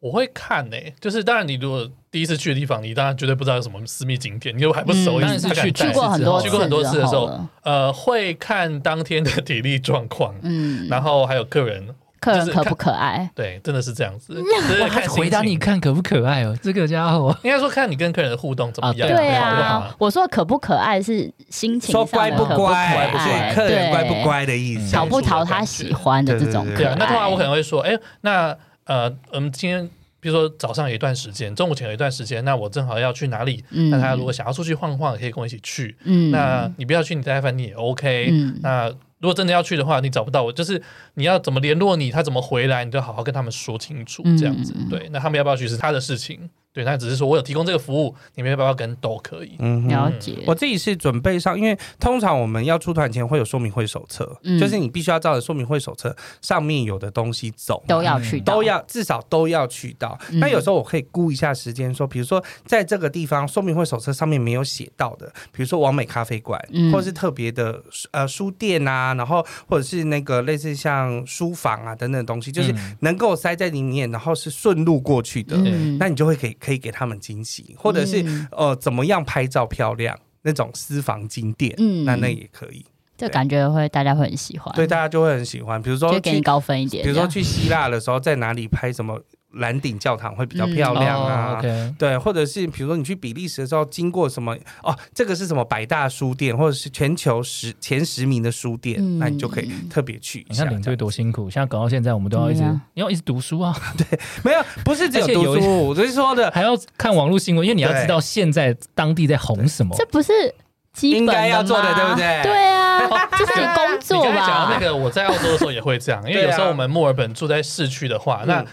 Speaker 4: 我会看呢、就是当然你如果第一次去的地方，你当然绝对不知道有什么私密景点，因为我还不熟，
Speaker 1: 嗯
Speaker 4: 一
Speaker 2: 当然
Speaker 4: 直
Speaker 2: 是
Speaker 4: 不敢
Speaker 2: 去
Speaker 4: 带
Speaker 1: 去过很多
Speaker 2: 去
Speaker 4: 过很多次的时候
Speaker 1: 了，
Speaker 4: 呃，会看当天的体力状况，
Speaker 1: 嗯，
Speaker 4: 然后还有个人，
Speaker 1: 客人
Speaker 4: 就是
Speaker 1: 可
Speaker 4: 看
Speaker 1: 不可爱？
Speaker 4: 对，真的是这 样子，就是看心情
Speaker 2: 回答你，看可不可爱哦，这个家伙
Speaker 4: 应该说看你跟客人的互动怎么样，
Speaker 2: 对啊
Speaker 1: 对
Speaker 4: 好不
Speaker 1: 啊
Speaker 4: 好，？
Speaker 1: 我说可不可爱是心情
Speaker 3: 说
Speaker 1: 上的
Speaker 3: 乖
Speaker 1: 可不
Speaker 3: 乖，
Speaker 1: 可爱
Speaker 3: 对客人
Speaker 1: 对
Speaker 3: 乖不乖的意思。
Speaker 1: 讨不讨他喜欢的这种
Speaker 3: 对
Speaker 1: 可
Speaker 3: 对
Speaker 1: 爱。
Speaker 4: 对啊，那通常我可能会说，哎，那呃，我们今天比如说早上有一段时间，中午前有一段时间，那我正好要去哪里？
Speaker 1: 嗯，
Speaker 4: 那他如果想要出去晃晃，可以跟我一起去。
Speaker 1: 嗯
Speaker 4: 那你不要去你待在饭店也 OK，、
Speaker 1: 嗯
Speaker 4: 那如果真的要去的话，你找不到我，就是你要怎么联络你，他怎么回来，你就好好跟他们说清楚，
Speaker 1: 嗯
Speaker 4: 这样子。对，那他们要不要去是他的事情，对，那只是说我有提供这个服务，你们要不要跟都可以。
Speaker 3: 嗯哼
Speaker 1: 了解，
Speaker 3: 我自己是准备上，因为通常我们要出团前会有说明会手册，
Speaker 1: 嗯
Speaker 3: 就是你必须要照着说明会手册上面有的东西走，
Speaker 1: 都要去到，
Speaker 3: 嗯都要至少都要去到。
Speaker 1: 嗯
Speaker 3: 那有时候我可以估一下时间，说，比如说在这个地方说明会手册上面没有写到的，比如说完美咖啡馆，
Speaker 1: 嗯
Speaker 3: 或者是特别的呃书店啊，然后或者是那个类似像书房啊等等的东西，就是
Speaker 2: 嗯
Speaker 3: 能够塞在里面，然后是顺路过去的。
Speaker 1: 嗯
Speaker 3: 那你就会给可以给他们惊喜，或者是、
Speaker 1: 嗯
Speaker 3: 呃怎么样拍照漂亮那种私房景点，
Speaker 1: 嗯
Speaker 3: 那那也可以，
Speaker 1: 这感觉会大家会很喜欢，
Speaker 3: 对大家就会很喜欢。比如说
Speaker 1: 就给你
Speaker 3: 去，
Speaker 1: 高分一点。
Speaker 3: 比如
Speaker 1: 这
Speaker 3: 说
Speaker 1: 样
Speaker 3: 去希腊的时候，在哪里拍什么蓝顶教堂会比较
Speaker 1: 嗯
Speaker 3: 漂亮
Speaker 2: 哦
Speaker 3: 啊？
Speaker 2: ，OK，
Speaker 3: 对，或者是比如说你去比利时的时候，经过什么哦，这个是什么百大书店，或者是全球十前十名的书店，
Speaker 1: 嗯
Speaker 3: 那你就可以特别去一
Speaker 2: 你
Speaker 3: 下
Speaker 2: 看
Speaker 3: 这
Speaker 2: 领
Speaker 3: 样。
Speaker 2: 队多辛苦，现在搞到现在我们都要一直
Speaker 1: 对啊
Speaker 2: 你要一直读书啊，
Speaker 3: 没有，不是只有
Speaker 2: 而且有
Speaker 3: 读书，我是说的，
Speaker 2: 还要看网络新闻，因为你要
Speaker 3: 对
Speaker 2: 知道现在当地在红什么
Speaker 1: 这。不是基本
Speaker 3: 应
Speaker 1: 的
Speaker 3: 该要做的
Speaker 1: 吗
Speaker 3: 对不对
Speaker 1: 对啊， 这是你工
Speaker 4: 你
Speaker 1: 作
Speaker 4: 刚才讲到那
Speaker 1: 吧？
Speaker 4: 个，我在澳洲的时候也会这样，因为
Speaker 3: 对啊
Speaker 4: 有时候我们墨尔本住在市区的话，那
Speaker 3: 嗯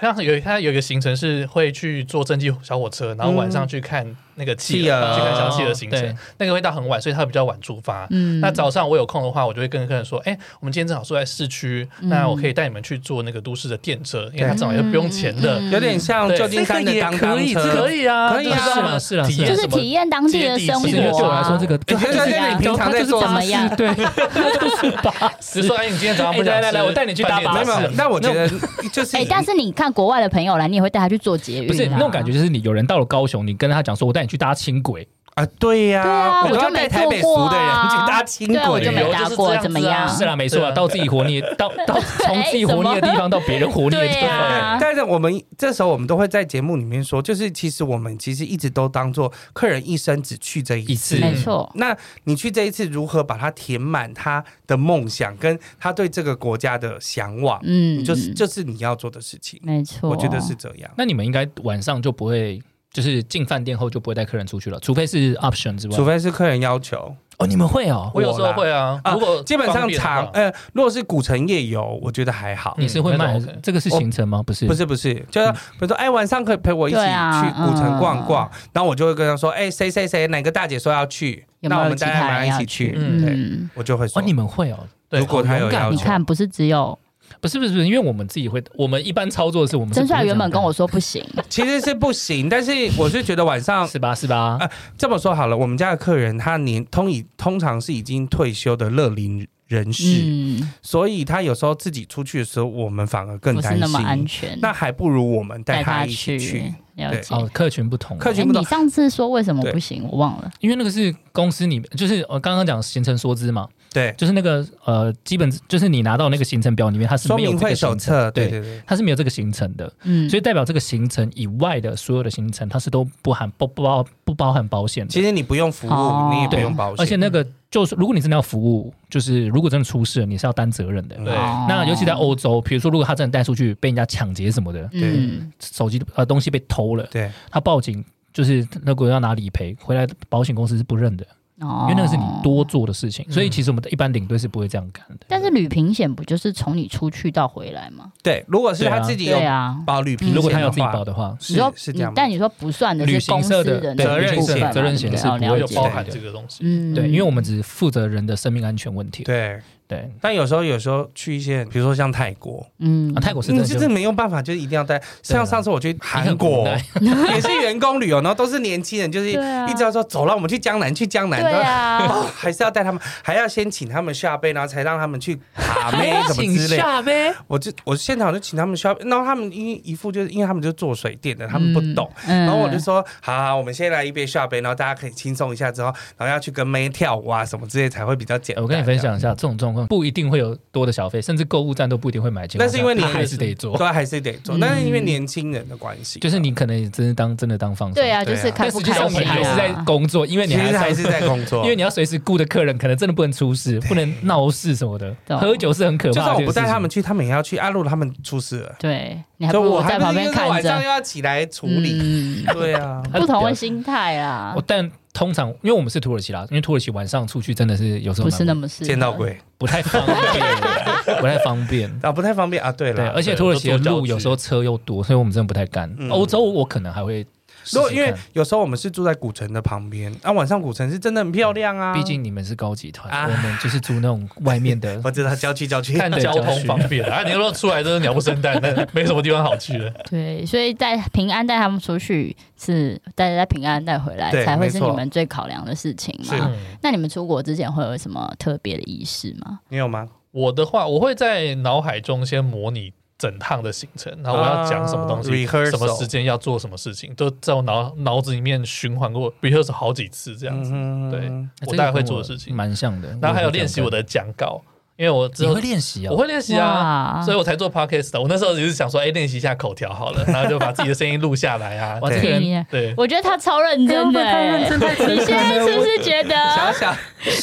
Speaker 4: 像有它有一个行程是会去坐蒸汽小火车，然后晚上去看那个企
Speaker 3: 企鹅
Speaker 4: 鹅，去看小企鹅行
Speaker 2: 对
Speaker 4: 程，那个会到很晚，所以它会比较晚出发。
Speaker 1: 嗯
Speaker 4: 那早上我有空的话，我就会跟客人说，哎、我们今天正好住在市区，
Speaker 1: 嗯
Speaker 4: 那我可以带你们去坐那个都市的电车，因为它正好又不用钱的。
Speaker 1: 嗯
Speaker 3: 有点像
Speaker 4: 对
Speaker 3: 旧金山的
Speaker 2: 这个也
Speaker 3: 当当
Speaker 2: 可以
Speaker 3: 车，
Speaker 2: 这
Speaker 4: 可以啊，
Speaker 3: 可以啊
Speaker 4: 就是让他们
Speaker 2: 是啊是啊
Speaker 4: 体验
Speaker 1: 就
Speaker 4: 什
Speaker 1: 是
Speaker 4: 么
Speaker 1: 体验当地的生
Speaker 2: 不是因为对
Speaker 1: 活
Speaker 2: 我来
Speaker 1: 啊。
Speaker 2: 说，这个
Speaker 3: 对对对
Speaker 1: 对你
Speaker 3: 平常在做
Speaker 2: 它就是
Speaker 1: 怎么
Speaker 2: 巴士
Speaker 1: 样
Speaker 2: 对，它就是巴
Speaker 4: 比
Speaker 2: 士
Speaker 4: 如。说，哎，你今天早上不想
Speaker 2: 哎来
Speaker 4: 吃
Speaker 2: 来来我带你去搭
Speaker 4: 饭店
Speaker 2: 巴
Speaker 3: 没
Speaker 2: 士
Speaker 3: 有
Speaker 4: 早
Speaker 3: 没有
Speaker 4: 餐，
Speaker 3: 那我觉得就是
Speaker 1: 哎，但是你看国外的朋友来，你也会带他去做捷运，啊
Speaker 2: 不是那种感觉，。就是你有人到了高雄，你跟他讲说，我带你去搭轻轨，
Speaker 3: 啊，对呀、
Speaker 1: 对啊，
Speaker 3: 我
Speaker 1: 我
Speaker 3: 都
Speaker 1: 就
Speaker 3: 要
Speaker 1: 没
Speaker 3: 带台
Speaker 1: 做
Speaker 3: 北
Speaker 1: 过
Speaker 3: 俗的人
Speaker 1: 啊，
Speaker 3: 去搭轻轨
Speaker 1: 对啊，我就
Speaker 4: 旅游
Speaker 1: 没
Speaker 4: 就是
Speaker 1: 搭
Speaker 4: 这
Speaker 1: 过，
Speaker 4: 样
Speaker 1: 怎么
Speaker 4: 子啊
Speaker 1: 样？
Speaker 2: 是啦，没错
Speaker 4: 对
Speaker 2: 啦，
Speaker 4: 啊
Speaker 2: 到自己活腻，到到从自己活腻的地方到别人活腻的地
Speaker 1: 对
Speaker 2: 方，
Speaker 1: 啊，
Speaker 3: 但是我们这时候我们都会在节目里面说，就是其实我们其实一直都当做客人一生只去这一
Speaker 2: 一
Speaker 3: 次。
Speaker 2: 次
Speaker 1: 没错，
Speaker 3: 那你去这一次，如何把它填满他的梦想，跟他对这个国家的向往，
Speaker 1: 嗯，
Speaker 3: 就是这是你要做的事情。
Speaker 1: 没错，
Speaker 3: 我觉得是这样，
Speaker 2: 那你们应该晚上就不会，就是进饭店后就不会带客人出去了，除非是 option 之外。
Speaker 3: 除非是客人要求。
Speaker 2: 哦，你们会哦，
Speaker 4: 我有时候会啊。
Speaker 3: 啊
Speaker 4: 如果
Speaker 3: 基本上
Speaker 4: 方便的话
Speaker 3: 长，呃，如果是古城夜游，我觉得还好。
Speaker 2: 你是会卖
Speaker 4: 那种 OK
Speaker 2: 这个是行程吗？不是，
Speaker 3: 哦不，是不是，就是
Speaker 2: 嗯
Speaker 3: 比如说，哎，晚上可以陪我一起去
Speaker 1: 对啊嗯
Speaker 3: 古城逛逛，然后我就会跟他说，哎，谁谁谁哪个大姐说要去，
Speaker 1: 有
Speaker 3: 那
Speaker 1: 没
Speaker 3: 我
Speaker 1: 有
Speaker 3: 们
Speaker 1: 其
Speaker 3: 大家
Speaker 1: 他人
Speaker 3: 晚上
Speaker 1: 要
Speaker 3: 一起去，
Speaker 1: 去？
Speaker 3: 对，
Speaker 1: 嗯，
Speaker 3: 我就会说
Speaker 2: 哦，你，们会哦，
Speaker 4: 对
Speaker 3: 如果他
Speaker 2: 好
Speaker 3: 有
Speaker 2: 勇敢
Speaker 3: 要
Speaker 2: 哦
Speaker 1: 你
Speaker 3: 求，
Speaker 1: 看，不是只有
Speaker 2: 不是不是不是，因为我们自己会，我们一般操作是我们是
Speaker 1: 曾
Speaker 2: 不会
Speaker 1: 帅原本
Speaker 2: 这
Speaker 1: 跟
Speaker 2: 样
Speaker 1: 我说不行，
Speaker 3: 其实是不行，但是我是觉得晚上
Speaker 2: 干是吧是吧
Speaker 3: 啊，这么说好了，我们家的客人他年通以通常是已经退休的乐龄人士，
Speaker 1: 嗯，
Speaker 3: 所以他有时候自己出去的时候，我们反而更
Speaker 1: 不是
Speaker 3: 担
Speaker 1: 那么安
Speaker 3: 心。
Speaker 1: 全。
Speaker 3: 那还不如我们带
Speaker 1: 他
Speaker 3: 一起去。
Speaker 1: 了
Speaker 3: 对
Speaker 1: 解。
Speaker 2: 哦，客群不同，
Speaker 3: 客
Speaker 1: 哎
Speaker 3: 群不
Speaker 1: 你
Speaker 3: 懂，
Speaker 1: 上次说为什么
Speaker 3: 对
Speaker 1: 不行？我忘了。
Speaker 2: 因为那个是公司里面，就是我刚刚讲行程说资嘛，
Speaker 3: 对，
Speaker 2: 就是那个呃，基本就是你拿到那个行程表里面，它是
Speaker 3: 说
Speaker 2: 没有
Speaker 3: 明
Speaker 2: 这
Speaker 3: 会
Speaker 2: 个
Speaker 3: 手
Speaker 2: 行程，
Speaker 3: 册，对
Speaker 2: 对
Speaker 3: 对对，
Speaker 2: 它是没有这个行程的，
Speaker 1: 嗯，
Speaker 2: 所以代表这个行程以外的所有的行程，它是都不含不不包不包含保险的。
Speaker 3: 其实你不用服
Speaker 1: 哦
Speaker 3: 务，你也不
Speaker 2: 对
Speaker 3: 用保险，
Speaker 2: 而且那个就是，如果你真的要服务，就是如果真的出事了，你是要担责任的。
Speaker 4: 对
Speaker 1: 哦
Speaker 2: 那尤其在欧洲，比如说如果他真的带出去被人家抢劫什么的，
Speaker 1: 嗯，
Speaker 2: 手机呃东西被偷了，
Speaker 3: 对
Speaker 2: 他报警就是如果要拿理赔，回来保险公司是不认的，
Speaker 1: 哦
Speaker 2: 因为那个是你多做的事情。
Speaker 4: 嗯
Speaker 2: 所以其实我们的一般领队是不会这样干的。
Speaker 1: 但是旅行险不就是从你出去到回来吗？
Speaker 3: 对。嗯如果是
Speaker 2: 对啊
Speaker 3: 他自己有
Speaker 1: 对啊，
Speaker 3: 保旅平，
Speaker 2: 如果他要自己保，的话，
Speaker 1: 你说
Speaker 3: 是是这样
Speaker 1: 嗯
Speaker 3: 吗，
Speaker 1: 但你说不算的
Speaker 2: 旅
Speaker 1: 是
Speaker 2: 行
Speaker 1: 公
Speaker 2: 社
Speaker 1: 司
Speaker 2: 的
Speaker 1: 的
Speaker 2: 对
Speaker 1: 那一
Speaker 3: 责任
Speaker 1: 部分
Speaker 3: 险
Speaker 1: 嘛
Speaker 2: 责任险
Speaker 1: 对
Speaker 2: 是
Speaker 1: 哦
Speaker 2: 不
Speaker 4: 我
Speaker 1: 了
Speaker 4: 有
Speaker 1: 解
Speaker 4: 包含这个东西。
Speaker 1: 嗯
Speaker 2: 对，因为我们只负责人的生命安全问题。
Speaker 3: 对。
Speaker 2: 对，
Speaker 3: 但有时候有时候去一些，比如说像泰国，
Speaker 1: 嗯
Speaker 2: 啊，泰国是真
Speaker 3: 你
Speaker 2: 的
Speaker 3: 真
Speaker 2: 就
Speaker 3: 的没有办法，就是一定要带。
Speaker 1: 啊
Speaker 3: 像上次我去
Speaker 2: 你
Speaker 3: 韩
Speaker 2: 很无
Speaker 3: 国哎
Speaker 2: 奈，
Speaker 3: 也是员工旅游，然后都是年轻人，就是
Speaker 1: 对啊
Speaker 3: 一直要说走了，我们去江南，去江南，
Speaker 1: 对啊，
Speaker 3: 哦，还是要带他们，还要先请他们下杯，然后才让他们去爬妹什么之类的。
Speaker 2: 呗。
Speaker 3: 我就我现场就请他们下，然后他们因为一副就是因为他们就做水电的，他们不懂。
Speaker 1: 嗯，
Speaker 3: 然
Speaker 1: 然
Speaker 3: 后我就说，好好，我们先来一杯下杯，然后大家可以轻松一下，之后，然后要去跟妹跳舞啊什么之类才会比较简
Speaker 2: 哎
Speaker 3: 单。
Speaker 2: 我跟你分享一下，这种状况不一定会有多的小费，甚至购物站都不一定会买结婚
Speaker 3: 那
Speaker 2: 卡。
Speaker 3: 是因为你
Speaker 2: 他还是得
Speaker 3: 这样，
Speaker 2: 做，
Speaker 3: 对，啊还是得做，
Speaker 1: 嗯
Speaker 3: 但是因为年轻人的关系，
Speaker 2: 就是你可能也真是当真的当放松。
Speaker 1: 对啊，
Speaker 3: 对
Speaker 1: 就
Speaker 3: 啊
Speaker 1: 是
Speaker 2: 但
Speaker 1: 开
Speaker 2: 实
Speaker 1: 不
Speaker 2: 际
Speaker 1: 开
Speaker 2: 上
Speaker 1: 心
Speaker 2: 你还是在
Speaker 1: 啊
Speaker 2: 工作，因为你
Speaker 3: 其
Speaker 2: 还
Speaker 3: 实
Speaker 2: 是要
Speaker 3: 还 是在工作，
Speaker 2: 因为你要随时顾的客人可能真的不能出事，不能闹事什么的。
Speaker 1: 懂
Speaker 2: 喝酒是很可
Speaker 3: 就
Speaker 2: 怕
Speaker 3: 算
Speaker 2: 的。
Speaker 3: 我不带他们，去，他们也要去。阿露他们出事了，
Speaker 1: 对，你还不
Speaker 3: 就
Speaker 1: 如
Speaker 3: 我还
Speaker 1: 在
Speaker 3: 不
Speaker 1: 旁
Speaker 3: 是
Speaker 1: 边
Speaker 3: 因为
Speaker 1: 看
Speaker 3: 晚上
Speaker 1: 着
Speaker 3: 又要起来处理。
Speaker 1: 嗯
Speaker 3: 对啊，
Speaker 2: 他
Speaker 1: 不同的
Speaker 2: 表
Speaker 1: 心态啊
Speaker 2: 我，但通常因为我们是土耳其啦，因为土耳其晚上出去真的是有时候
Speaker 1: 不是
Speaker 2: 蛮
Speaker 1: 那么适合
Speaker 3: 见到鬼
Speaker 2: 不太方便，不太方便。
Speaker 3: 啊，不太方便啊。 对
Speaker 2: 对，
Speaker 3: 了，
Speaker 2: 而且土耳其的
Speaker 4: 都坐
Speaker 2: 路
Speaker 4: 轿子
Speaker 2: 有时候车又多，所以我们真的不太干。
Speaker 3: 嗯
Speaker 2: 欧洲我可能还会试试
Speaker 3: 如
Speaker 2: 看，
Speaker 3: 果因为有时候我们是住在古城的旁边，啊，晚上古城是真的很漂亮啊。
Speaker 2: 毕竟你们是高级团，
Speaker 3: 啊
Speaker 2: 我们就是住那种外面 的
Speaker 3: 我知道郊区郊区，
Speaker 2: 看
Speaker 4: 交通方便啊，你说出来真是鸟不生蛋，但没什么地方好去的。
Speaker 1: 对，所以带平安带他们出去是大家在平安带回来
Speaker 3: 对
Speaker 1: 才会是
Speaker 3: 没错
Speaker 1: 你们最考量的事情
Speaker 3: 是
Speaker 1: 嘛。那你们出国之前会有什么特别的仪式吗？
Speaker 3: 你有吗？
Speaker 4: 我的话，我会在脑海中先模拟整趟的行程，然后我要讲什么
Speaker 2: 啊
Speaker 4: 东西，
Speaker 3: rehearsal
Speaker 4: 什么时间要做什么事情，都在我脑脑子里面循环过 rehearsal 好几次这样子。
Speaker 3: 嗯
Speaker 4: 对
Speaker 2: 哎
Speaker 3: 哼
Speaker 4: 我大概会做的事情
Speaker 2: 蛮像的。
Speaker 4: 然后还
Speaker 2: 也
Speaker 4: 有
Speaker 2: 会这样
Speaker 4: 练习我
Speaker 2: 干，
Speaker 4: 的讲稿，因为我之
Speaker 2: 你
Speaker 4: 后
Speaker 2: 会练习啊？
Speaker 4: 我会练习啊。
Speaker 1: 哇
Speaker 4: 所以我才做 podcast 的。我那时候也是想说，哎、练习一下口条 好了，然后就把自己的声音录下来啊。
Speaker 2: 哇，
Speaker 3: 对
Speaker 2: 这个人
Speaker 1: 天啊
Speaker 4: 对，
Speaker 1: 我觉得他超认真的、欸，你现在 是不是觉
Speaker 3: 小
Speaker 1: 得
Speaker 3: 小，
Speaker 1: 如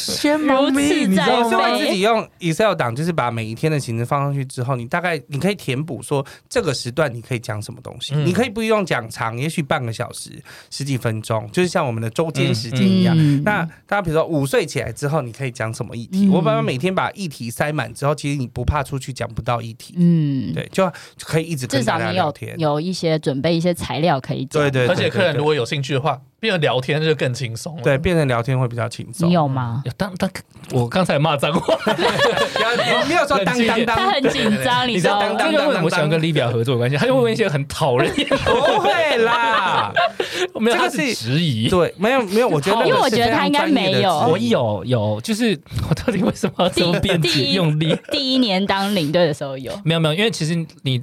Speaker 1: 此在
Speaker 3: 我是会自己
Speaker 1: 卑？
Speaker 3: 用 Excel 档，就是把每一天的行程放上去之后，你大概你可以填补说这个时段你可以讲什么东西，
Speaker 4: 嗯
Speaker 3: 你可以不用讲长，也许半个小时、十几分钟，就是像我们的周间时间一样。
Speaker 1: 嗯
Speaker 3: 那大家比如说午睡起来之后，你可以讲什么议题？
Speaker 1: 嗯
Speaker 3: 我把每天把议题塞满之后，其实你不怕出去讲不到议题，
Speaker 1: 嗯，
Speaker 3: 对，就就可以一直
Speaker 1: 至
Speaker 3: 跟大
Speaker 1: 少
Speaker 3: 家
Speaker 1: 你
Speaker 3: 聊
Speaker 1: 有
Speaker 3: 天。
Speaker 1: 有一些准备一些材料可以讲。
Speaker 3: 对对
Speaker 4: 而且客人如果有兴趣的话，变成聊天就更轻松了。
Speaker 3: 对，变成聊天会比较轻松。
Speaker 1: 你有吗？
Speaker 2: 有当当，我刚才骂脏话，
Speaker 3: 你 没有说当当当，
Speaker 1: 他很紧张，你知道
Speaker 3: 当
Speaker 1: 吗？
Speaker 3: 当
Speaker 2: 这
Speaker 3: 当
Speaker 2: 就为什
Speaker 3: 当
Speaker 2: 么喜欢跟 Libya 合作有关系，他就会问一些很讨 人厌，
Speaker 3: 不会啦。
Speaker 2: 没有，
Speaker 3: 这
Speaker 2: 他
Speaker 3: 个是
Speaker 2: 是质疑。
Speaker 3: 对，啊没有没有，我觉得
Speaker 1: 因为我觉得他应该没有
Speaker 2: 我有有，就是我到底为什么要这么
Speaker 1: 第
Speaker 2: 辩
Speaker 1: 第
Speaker 2: 解
Speaker 1: 一
Speaker 2: 用力？
Speaker 1: 第一年当领队的时候有，
Speaker 2: 没有没有，因为其实你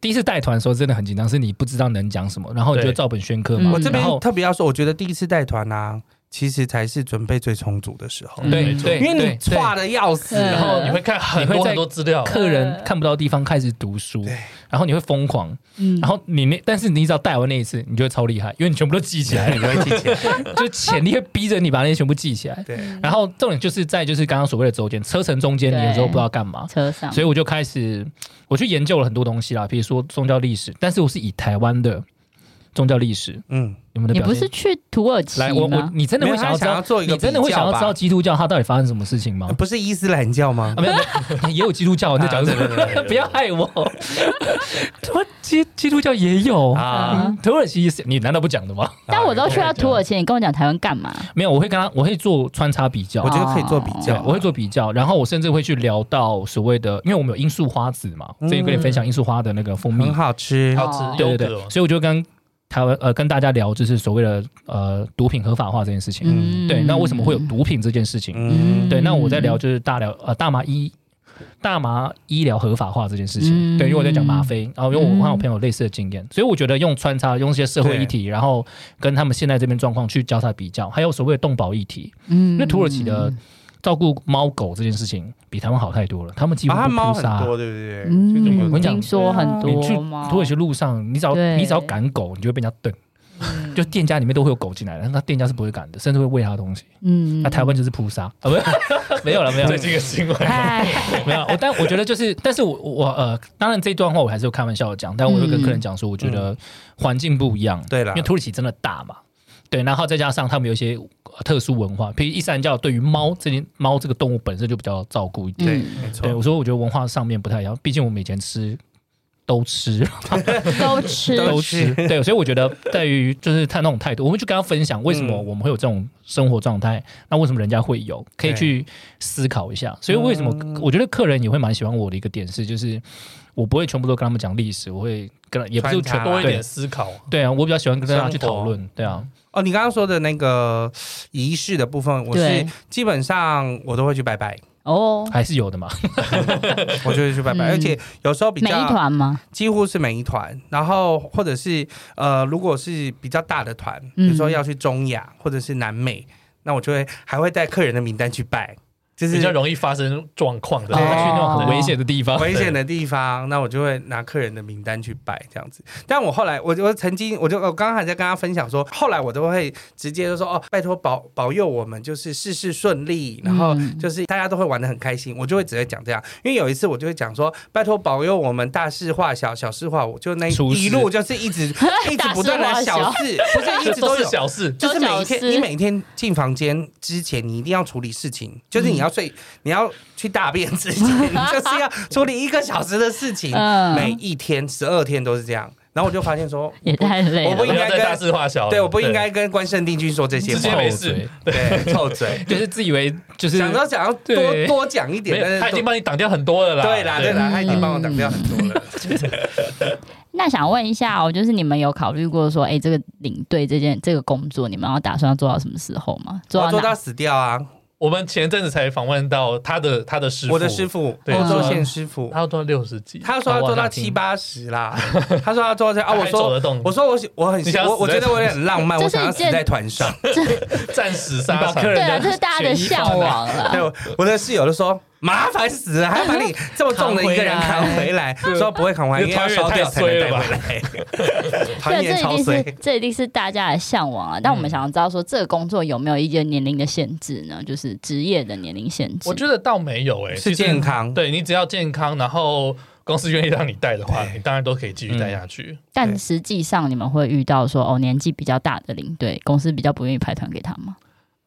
Speaker 2: 第一次带团的时候真的很紧张，是你不知道能讲什么，然后你就
Speaker 4: 对
Speaker 2: 照本宣科
Speaker 1: 嗯
Speaker 2: 嘛。
Speaker 3: 我这边
Speaker 2: 然后
Speaker 3: 特别要说，我觉得第一次带团啊，其实才是准备最充足的时候，
Speaker 1: 嗯
Speaker 2: 对
Speaker 4: 没错
Speaker 2: 对，
Speaker 3: 因为你
Speaker 2: 对
Speaker 3: 差的要死，
Speaker 1: 嗯
Speaker 4: 然
Speaker 3: 然后
Speaker 4: 哦后你会看很
Speaker 2: 你
Speaker 4: 多
Speaker 2: 会在
Speaker 4: 很多资料，
Speaker 2: 客人看不到地方开始读书
Speaker 3: 对，
Speaker 2: 然后你会疯狂，
Speaker 1: 嗯
Speaker 2: 然后你那但是你只要带完那一次，你就会超厉害，因为你全部都记起 来，
Speaker 3: 你会记起来。
Speaker 2: 就潜力会逼着你把那些全部记起来。
Speaker 3: 对，
Speaker 2: 然后重点就是在就是刚刚所谓的周间车程中间，你有时候不知道干嘛，
Speaker 1: 车上，
Speaker 2: 所以我就开始我去研究了很多东西啦，比如说宗教历史，但是我是以台湾的宗教历史，
Speaker 3: 嗯，
Speaker 2: 你们的
Speaker 1: 你
Speaker 2: 表
Speaker 1: 不
Speaker 2: 现
Speaker 1: 是去土耳其
Speaker 2: 来我我
Speaker 1: 吗？
Speaker 2: 你真的
Speaker 3: 没有
Speaker 2: 会想
Speaker 3: 他
Speaker 2: 要知
Speaker 3: 想要
Speaker 2: 道，
Speaker 3: 做一个
Speaker 2: 你真的会
Speaker 3: 比较
Speaker 2: 想要知道
Speaker 3: 吧
Speaker 2: 基督教它到底发生什么事情吗？
Speaker 3: 不是伊斯兰教吗
Speaker 2: 啊，？
Speaker 1: 嗯
Speaker 2: 没有，没有 也有基督教，你在讲
Speaker 3: 啊
Speaker 2: 什么？ 不要害我！我基基督教也有
Speaker 3: 啊
Speaker 2: 嗯土耳其是，你难道不讲的吗？
Speaker 1: 但我都去到土耳
Speaker 3: 其，
Speaker 1: 其，你跟我讲台湾干嘛？
Speaker 2: 没有，我会跟他，我会做穿插比较
Speaker 3: 我。觉得可以做比
Speaker 2: 对
Speaker 3: 较，，
Speaker 1: 哦
Speaker 3: 啊
Speaker 2: 我会做比较，然后我甚至会去聊到所谓的，因为我们有罂粟花籽嘛，
Speaker 3: 嗯
Speaker 2: 所以跟你分享罂粟花的那个蜂蜜
Speaker 3: 很，好吃。
Speaker 4: 好
Speaker 1: 哦
Speaker 4: 吃
Speaker 2: 对
Speaker 4: 优
Speaker 2: 对
Speaker 4: 格
Speaker 2: 对
Speaker 4: 哦，
Speaker 2: 所以我就跟台湾呃跟大家聊，就是所谓的呃毒品合法化这件事情。
Speaker 3: 嗯
Speaker 2: 对，那为什么会有毒品这件事情？
Speaker 3: 嗯，
Speaker 2: 对，那我在聊就是大聊呃大麻医大麻医疗合法化这件事情，
Speaker 1: 嗯
Speaker 2: 对，因为我在讲吗啡，然后因为我我
Speaker 1: 嗯
Speaker 2: 看我朋友有类似的经验，所以我觉得用穿插用一些社会议题，然后跟他们现在这边状况去交叉比较，还有所谓的动保议题，
Speaker 1: 嗯
Speaker 2: 因为土耳其的照顾猫狗这件事情比台湾好太多了，他们几乎
Speaker 3: 啊，
Speaker 2: 不
Speaker 3: 猫
Speaker 2: 扑
Speaker 3: 很
Speaker 2: 杀。
Speaker 3: 多，对不对？
Speaker 1: 嗯，
Speaker 3: 就
Speaker 2: 我跟你讲
Speaker 1: 听说很
Speaker 2: 你去
Speaker 1: 多吗？
Speaker 2: 土耳其路上，你只要
Speaker 1: 对
Speaker 2: 你只要赶狗，你就会被人家瞪。
Speaker 1: 嗯
Speaker 2: 就店家里面都会有狗进来的，那店家是不会赶的，甚至会喂它东西。
Speaker 1: 嗯
Speaker 2: 那台湾就是扑 杀，啊，不是 没有了，没有了
Speaker 4: 最。近的新闻，
Speaker 1: 哎，
Speaker 2: 没有，我但我觉得就是，但是我我呃，当然这段话我还是有开玩笑的讲，但我会跟客人讲说，我觉
Speaker 4: 嗯
Speaker 2: 得环境不一样，
Speaker 3: 对啦啊
Speaker 2: 因为土耳其真的大嘛，对，然后再加上他们有一些呃特殊文化，譬如伊斯兰教对于猫这件猫这个动物本身就比较照顾一点，
Speaker 3: 对，
Speaker 1: 嗯
Speaker 3: 没
Speaker 2: 对，
Speaker 3: 错。
Speaker 2: 我说我觉得文化上面不太一样，毕竟我们以前吃都吃
Speaker 1: 嗯都吃
Speaker 3: 都
Speaker 2: 都吃，对，所以我觉得在于就是他那种态度，我们就跟他分享为什么
Speaker 3: 嗯
Speaker 2: 我们会有这种生活状态，那为什么人家会有，可以
Speaker 3: 对
Speaker 2: 去思考一下。所以为什么
Speaker 3: 嗯
Speaker 2: 我觉得客人也会蛮喜欢我的一个点是，就是我不会全部都跟他们讲历史，我会跟他也不是
Speaker 3: 穿
Speaker 2: 全
Speaker 3: 插
Speaker 4: 多一点
Speaker 2: 对
Speaker 4: 思考。
Speaker 2: 对啊，我比较喜欢跟大家去
Speaker 4: 生活
Speaker 2: 讨论，对啊，
Speaker 3: 哦，你刚刚说的那个仪式的部分，我是
Speaker 1: 对
Speaker 3: 基本上我都会去拜拜，
Speaker 1: 哦，
Speaker 2: 还是有的嘛。
Speaker 3: 我就会去拜拜，
Speaker 1: 嗯
Speaker 3: 而且有时候比
Speaker 1: 每一
Speaker 3: 较
Speaker 1: 团吗？
Speaker 3: 几乎是每一团，然后或者是呃，如果是比较大的团，比
Speaker 1: 嗯
Speaker 3: 如说要去中亚或者是南美，那我就会还会带客人的名单去拜，就是
Speaker 4: 比较容易发生状况的，
Speaker 2: 对，去那种 很
Speaker 1: 哦
Speaker 2: 危险的地方，
Speaker 3: 危险的地方，那我就会拿客人的名单去拜这样子。但我后来，我我曾经，我就我刚刚还在跟他分享说，后来我都会直接就说哦，拜托保保佑我们，就是事事顺利，然后
Speaker 1: 嗯
Speaker 3: 就是大家都会玩的很开心。我就会直接讲这样，因为有一次我就会讲说，拜托保佑我们大事化小，小事化无，就那
Speaker 2: 出
Speaker 3: 一
Speaker 2: 事
Speaker 3: 路就是一 直一直不断
Speaker 1: 大
Speaker 3: 的
Speaker 1: 事化
Speaker 3: 小
Speaker 1: 小
Speaker 3: 事，不是一直 都
Speaker 4: 是
Speaker 3: 有。
Speaker 4: 小事。
Speaker 3: 就是每一
Speaker 1: 小
Speaker 3: 天，
Speaker 1: 事
Speaker 3: 你每天进房间之前，你一定要处理事情，就是你要睡，你要去大便之前，就是要处理一个小时的事情。
Speaker 1: 嗯
Speaker 3: 每一天十二天都是这样，然后我就发现说，
Speaker 1: 也太累了，
Speaker 3: 我不应
Speaker 4: 不
Speaker 3: 该
Speaker 4: 要再
Speaker 3: 跟
Speaker 4: 大事化小了，
Speaker 3: 对，我不应该跟关圣帝君说这些
Speaker 4: 哦直接
Speaker 3: 话，
Speaker 4: 没
Speaker 2: 臭嘴，
Speaker 4: 事，
Speaker 3: 对，臭嘴
Speaker 2: 就是自以为就是
Speaker 3: 想到想要多
Speaker 2: 对
Speaker 3: 多讲一
Speaker 4: 没
Speaker 3: 点，但
Speaker 4: 有，
Speaker 3: 是
Speaker 4: 他已经
Speaker 3: 都
Speaker 4: 帮你挡掉很多了啦。
Speaker 3: 对啦对啦，他已经帮我挡掉很多了。
Speaker 1: 那想问一下哦，就是你们有考虑过说，哎、这个领队这件这个工作，你们要打算要做到什么时候吗？做
Speaker 3: 我
Speaker 1: 到
Speaker 3: 做
Speaker 1: 哪？
Speaker 3: 到死掉啊！
Speaker 4: 我们前阵子才访问到他的他的师傅，
Speaker 3: 我的师，傅，
Speaker 4: 对
Speaker 3: 欧洲线师傅，
Speaker 4: 他要做到六十级，
Speaker 3: 他 说要做到
Speaker 2: 哇那挺
Speaker 3: 七八十啦，他说要做到这啊，
Speaker 4: 他
Speaker 3: 我
Speaker 4: 还
Speaker 3: 说
Speaker 4: 走得动，
Speaker 3: 我说我喜我很
Speaker 4: 你想要
Speaker 3: 我我
Speaker 4: 死
Speaker 3: 觉
Speaker 4: 在
Speaker 3: 得我有 点浪漫，
Speaker 1: 这
Speaker 3: 我
Speaker 1: 是
Speaker 3: 想要
Speaker 1: 一
Speaker 3: 死
Speaker 1: 件
Speaker 3: 在团上。
Speaker 4: 战死沙
Speaker 2: 把
Speaker 4: 场
Speaker 2: 客。人
Speaker 1: 对啊，
Speaker 2: 的
Speaker 1: 这是大家的
Speaker 2: 血衣放哪
Speaker 1: 向往
Speaker 3: 对，
Speaker 1: 了。
Speaker 3: 我我的室友就说麻烦死了，还要把你这么重的一个人扛
Speaker 2: 扛
Speaker 3: 回来，说不会扛完，
Speaker 4: 你
Speaker 3: 应
Speaker 4: 的
Speaker 3: 该要
Speaker 4: 团员
Speaker 3: 烧掉
Speaker 4: 太
Speaker 3: 才能
Speaker 4: 衰
Speaker 3: 带
Speaker 4: 了吧
Speaker 3: 回来。 团
Speaker 1: 对，
Speaker 3: 员
Speaker 1: 这
Speaker 3: 超
Speaker 1: 一定
Speaker 3: 衰
Speaker 1: 是，这一定是大家的向往啊！但我们
Speaker 3: 嗯
Speaker 1: 想要知道说，这个工作有没有一些年龄的限制呢？就是职业的年龄限制。
Speaker 4: 我觉得倒没有诶，
Speaker 3: 是健康。
Speaker 4: 对你只要健康，然后公司愿意让你带的话，你当然都可以继续带下去。
Speaker 1: 但实际上你们会遇到说，哦，年纪比较大的领队，公司比较不愿意排团给他吗？